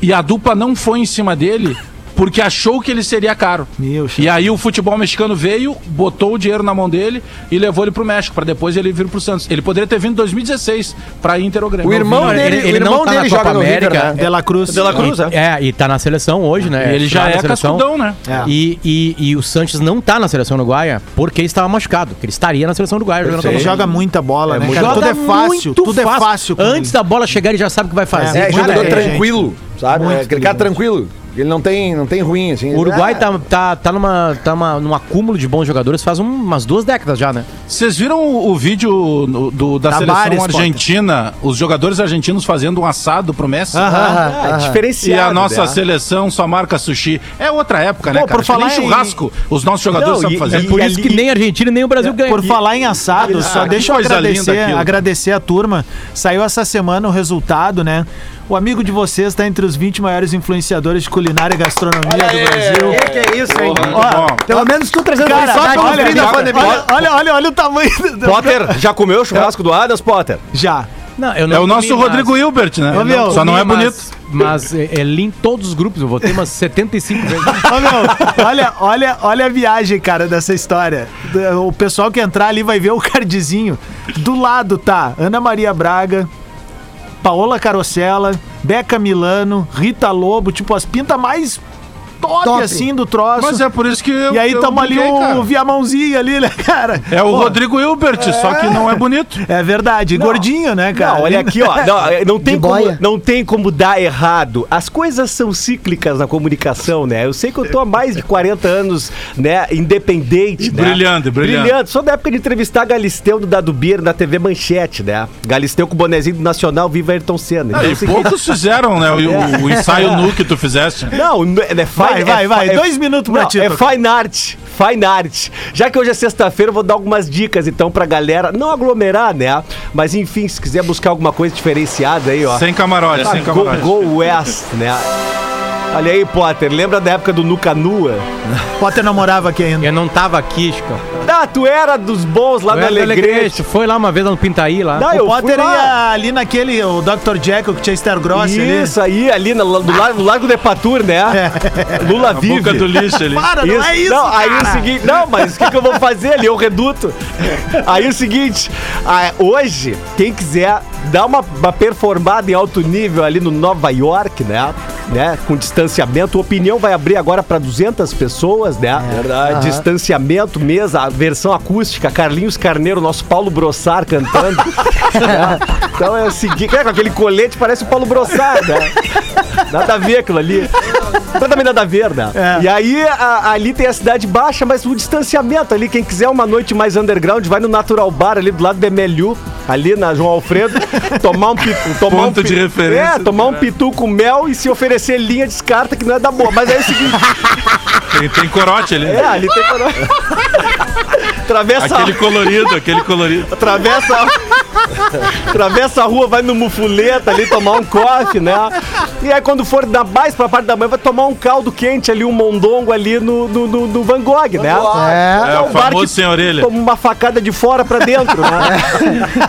E: e a dupla não foi em cima dele porque achou que ele seria caro.
B: Meu
E: e aí o futebol mexicano veio, botou o dinheiro na mão dele e levou ele pro México, pra depois ele vir pro Santos. Ele poderia ter vindo em 2016 pra Inter ou Grêmio.
C: O irmão
H: Não, ele-
C: dele,
H: ele
C: o
H: não
C: irmão
H: tá na
C: dele
H: Copa
C: joga no River,
H: América,
C: né?
B: De La Cruz.
J: De La Cruz,
H: E- é. e tá na seleção hoje, né?
E: E ele já
H: titular
E: é
H: da seleção.
E: cascudão, né?
B: É.
H: E, e, e o Sanches não tá na seleção uruguaia porque ele estava machucado. que Ele estaria na seleção uruguaia jogando
B: Ele
H: Copa.
B: Então joga muita bola, né?
H: Joga
B: cara? Tudo é fácil.
H: muito
B: Tudo é fácil. com
H: Antes
B: ele.
H: da bola chegar, ele já sabe o que vai fazer.
C: É,
B: Muito
C: jogador
B: inteligente.
C: tranquilo, sabe?
B: Muito
C: é, aquele cara
B: inteligente.
C: tranquilo. Ele não tem, não tem ruim, assim.
H: O Uruguai
C: Ah,
H: tá, tá, tá, numa, tá uma- num acúmulo de bons jogadores faz um- umas duas décadas já, né?
E: Vocês viram o, o vídeo no- do- da
B: Tabares,
E: seleção argentina, os jogadores argentinos fazendo um assado pro Messi?
B: Aham.
F: Ah,
E: E
J: diferenciado.
E: a nossa
F: é.
J: né?
E: seleção só marca sushi. É outra época, né,
B: Pô,
E: cara?
B: por
E: Acho que
B: falar
E: nem
B: em-
E: churrasco os nossos jogadores
J: Não,
E: sabem
J: e-
E: fazer.
J: e-
H: Por isso É que
J: ali-
H: nem a Argentina nem o
E: É,
H: Brasil ganha.
B: Por falar em assado, só
E: Ah, que
B: deixa eu
E: coisa linda
B: agradecer,
E: aquilo.
B: agradecer a turma. Saiu essa semana o resultado, né? O amigo de vocês está entre os 20 maiores influenciadores de culinária e gastronomia do Brasil.
F: Que que é isso, hein?
E: Ó,
D: Pelo menos tu trazendo
B: Cara,
D: novidade,
B: só pelo
D: né?
B: fim da
D: Cara,
B: pandemia. olha, olha, olha, olha o tamanho do...
F: Potter, já comeu o churrasco do Adas, Potter?
B: Já.
H: Não, eu não
E: é o
H: comi,
E: nosso
H: mas-
E: Rodrigo Hilbert, né?
B: Ô, meu,
E: só não é
H: comi,
E: bonito.
H: mas- Mas é, é, li em todos os grupos, eu votei umas 75 vezes.
E: (laughs)
B: Ô, meu, olha, olha, olha a viagem, cara, dessa história. Do- O pessoal que entrar ali vai ver o cardzinho. Do lado tá Ana Maria Braga, Paola Carosella, Beca Milano, Rita Lobo, tipo, as pintas mais top,
D: Top.
B: assim do troço.
E: Mas é por isso que eu,
B: E aí
E: eu
B: tamo ali
E: brinquei, cara.
B: o Viamãozinho ali, né, cara?
E: É o
B: Pô,
E: Rodrigo Hilbert, só que não é bonito.
B: É verdade, gordinho, né, cara?
F: Não,
B: (laughs)
F: olha aqui, ó. Não, eh, não, tem
D: De
F: como,
D: boia.
F: não tem como dar errado. As coisas são cíclicas na comunicação, né? Eu sei que eu tô há mais de 40 anos, né? Independente. né?
E: Brilhante, brilhante.
F: Só da época de entrevistar Galisteu do Dado Beer na TV Manchete, né? Galisteu com o bonezinho do Nacional, viva Ayrton Senna. Então,
E: e
F: assim,
E: poucos fizeram, né? O, o ensaio nu que tu fizeste.
F: Não, n- é
B: Vai,
F: fine,
B: vai,
F: é
B: vai.
F: fi- é-
B: Dois minutos pra
F: Não,
B: ti,
F: É
B: Toca.
F: fine art, fine art. Já que hoje é sexta-feira, eu vou dar algumas dicas então pra galera não aglomerar, né? Mas enfim, se quiser buscar alguma coisa diferenciada aí, ó.
E: Sem camarote,
F: Ah,
E: sem
F: go,
E: camarote.
F: go West, né? Olha aí, Potter, lembra da época do Nuca Nua?
B: Potter não morava aqui ainda.
H: Eu não tava aqui, Chico.
E: Tá
F: Ah, tu era dos bons lá
H: Eu
F: da
H: era do
F: Alegrete.
H: Alegrete, Foi lá uma vez lá no Pintaí lá.
F: Não,
B: o
F: Ah, eu fui
B: Potter
F: lá.
B: ia ali naquele, o Dr. Jekyll que tinha Esther Gross ali.
F: Isso aí, ali na- do Largo, Largo de Patur, né? Lula
E: A boca do
F: vive.
E: lixo ali.
B: Para, não é isso,
F: Não, aí
B: cara.
F: o seguinte, não, mas o que, que eu vou fazer ali? Eu reduto. Aí o seguinte, ah, hoje, quem quiser dar uma, uma performada em alto nível ali no Nova York, né? né? Com distanciamento, opinião vai abrir agora para 200 pessoas, né? verdade. Distanciamento, mesa, a versão acústica, Carlinhos Carneiro, nosso Paulo Brossar cantando. Né? (laughs) Então é o seguinte, é, com aquele colete parece o Paulo Brossar, né? Nada a ver aquilo ali. Mas também nada a ver, né?
B: É.
F: E aí, a- ali tem a cidade baixa, mas o distanciamento ali, quem quiser uma noite mais underground, vai no Natural Bar ali do lado do Emeliu, ali na João Alfredo, tomar um pitu. Tomar
E: Ponto
F: um pi-
E: de referência né?
F: É, tomar um pitu com mel e se oferecer linha, descarta que não é da boa. Mas aí é o seguinte,
E: Tem, tem corote ali.
F: é, ali tem. (laughs) Travessa
E: Aquele colorido, aquele colorido.
F: Atravessa, atravessa a (laughs) rua, vai no mufuleta ali tomar um coffee, né? E aí quando for da mais pra parte da manhã, vai tomar um caldo quente ali, um mondongo ali no, no, no- no Van Gogh, né?
D: É.
E: É, o
F: um bar
E: famoso
F: que
E: sem orelha.
F: Toma uma facada de fora pra dentro, né?
E: É.
F: Né? (laughs)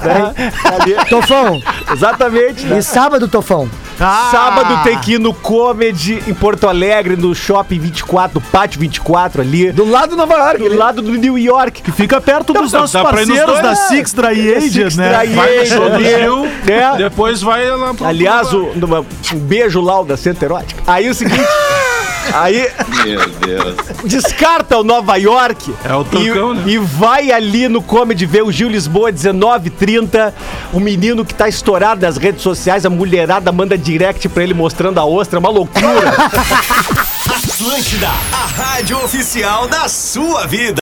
C: Então,
F: Ali-
D: Tofão,
F: Exatamente. né?
D: e sábado, Tofão?
B: Ah!
F: Sábado tem que ir no Comedy em Porto Alegre, no Shopping 24, no Pátio 24 ali.
C: Do lado do Nova York. né? Então, tá
F: Do
C: ele-
F: lado do New York.
B: Que fica perto dos
E: dá-
B: nossos
E: dá pra ir nos
B: parceiros
E: dois,
B: da
F: Ah,
E: né?
B: Sixtra e Ages, né?
F: Extrair,
E: Vai no show do
F: né?
E: Gil,
F: Né?
E: depois vai lá pro...
F: Aliás, o- numa- um beijo, Lauda Centro Erótica. Aí o
E: (laughs)
F: seguinte. Aí
G: Meu Deus.
F: descarta o Nova York
E: É o Tocão,
F: e,
E: né?
F: e vai ali no comedy ver o Gil Lisboa 19h30, o menino que tá estourado nas redes sociais, a mulherada manda direct pra ele mostrando a ostra, é
I: (laughs)
F: uma loucura.
I: Atlântida, a rádio oficial da sua vida.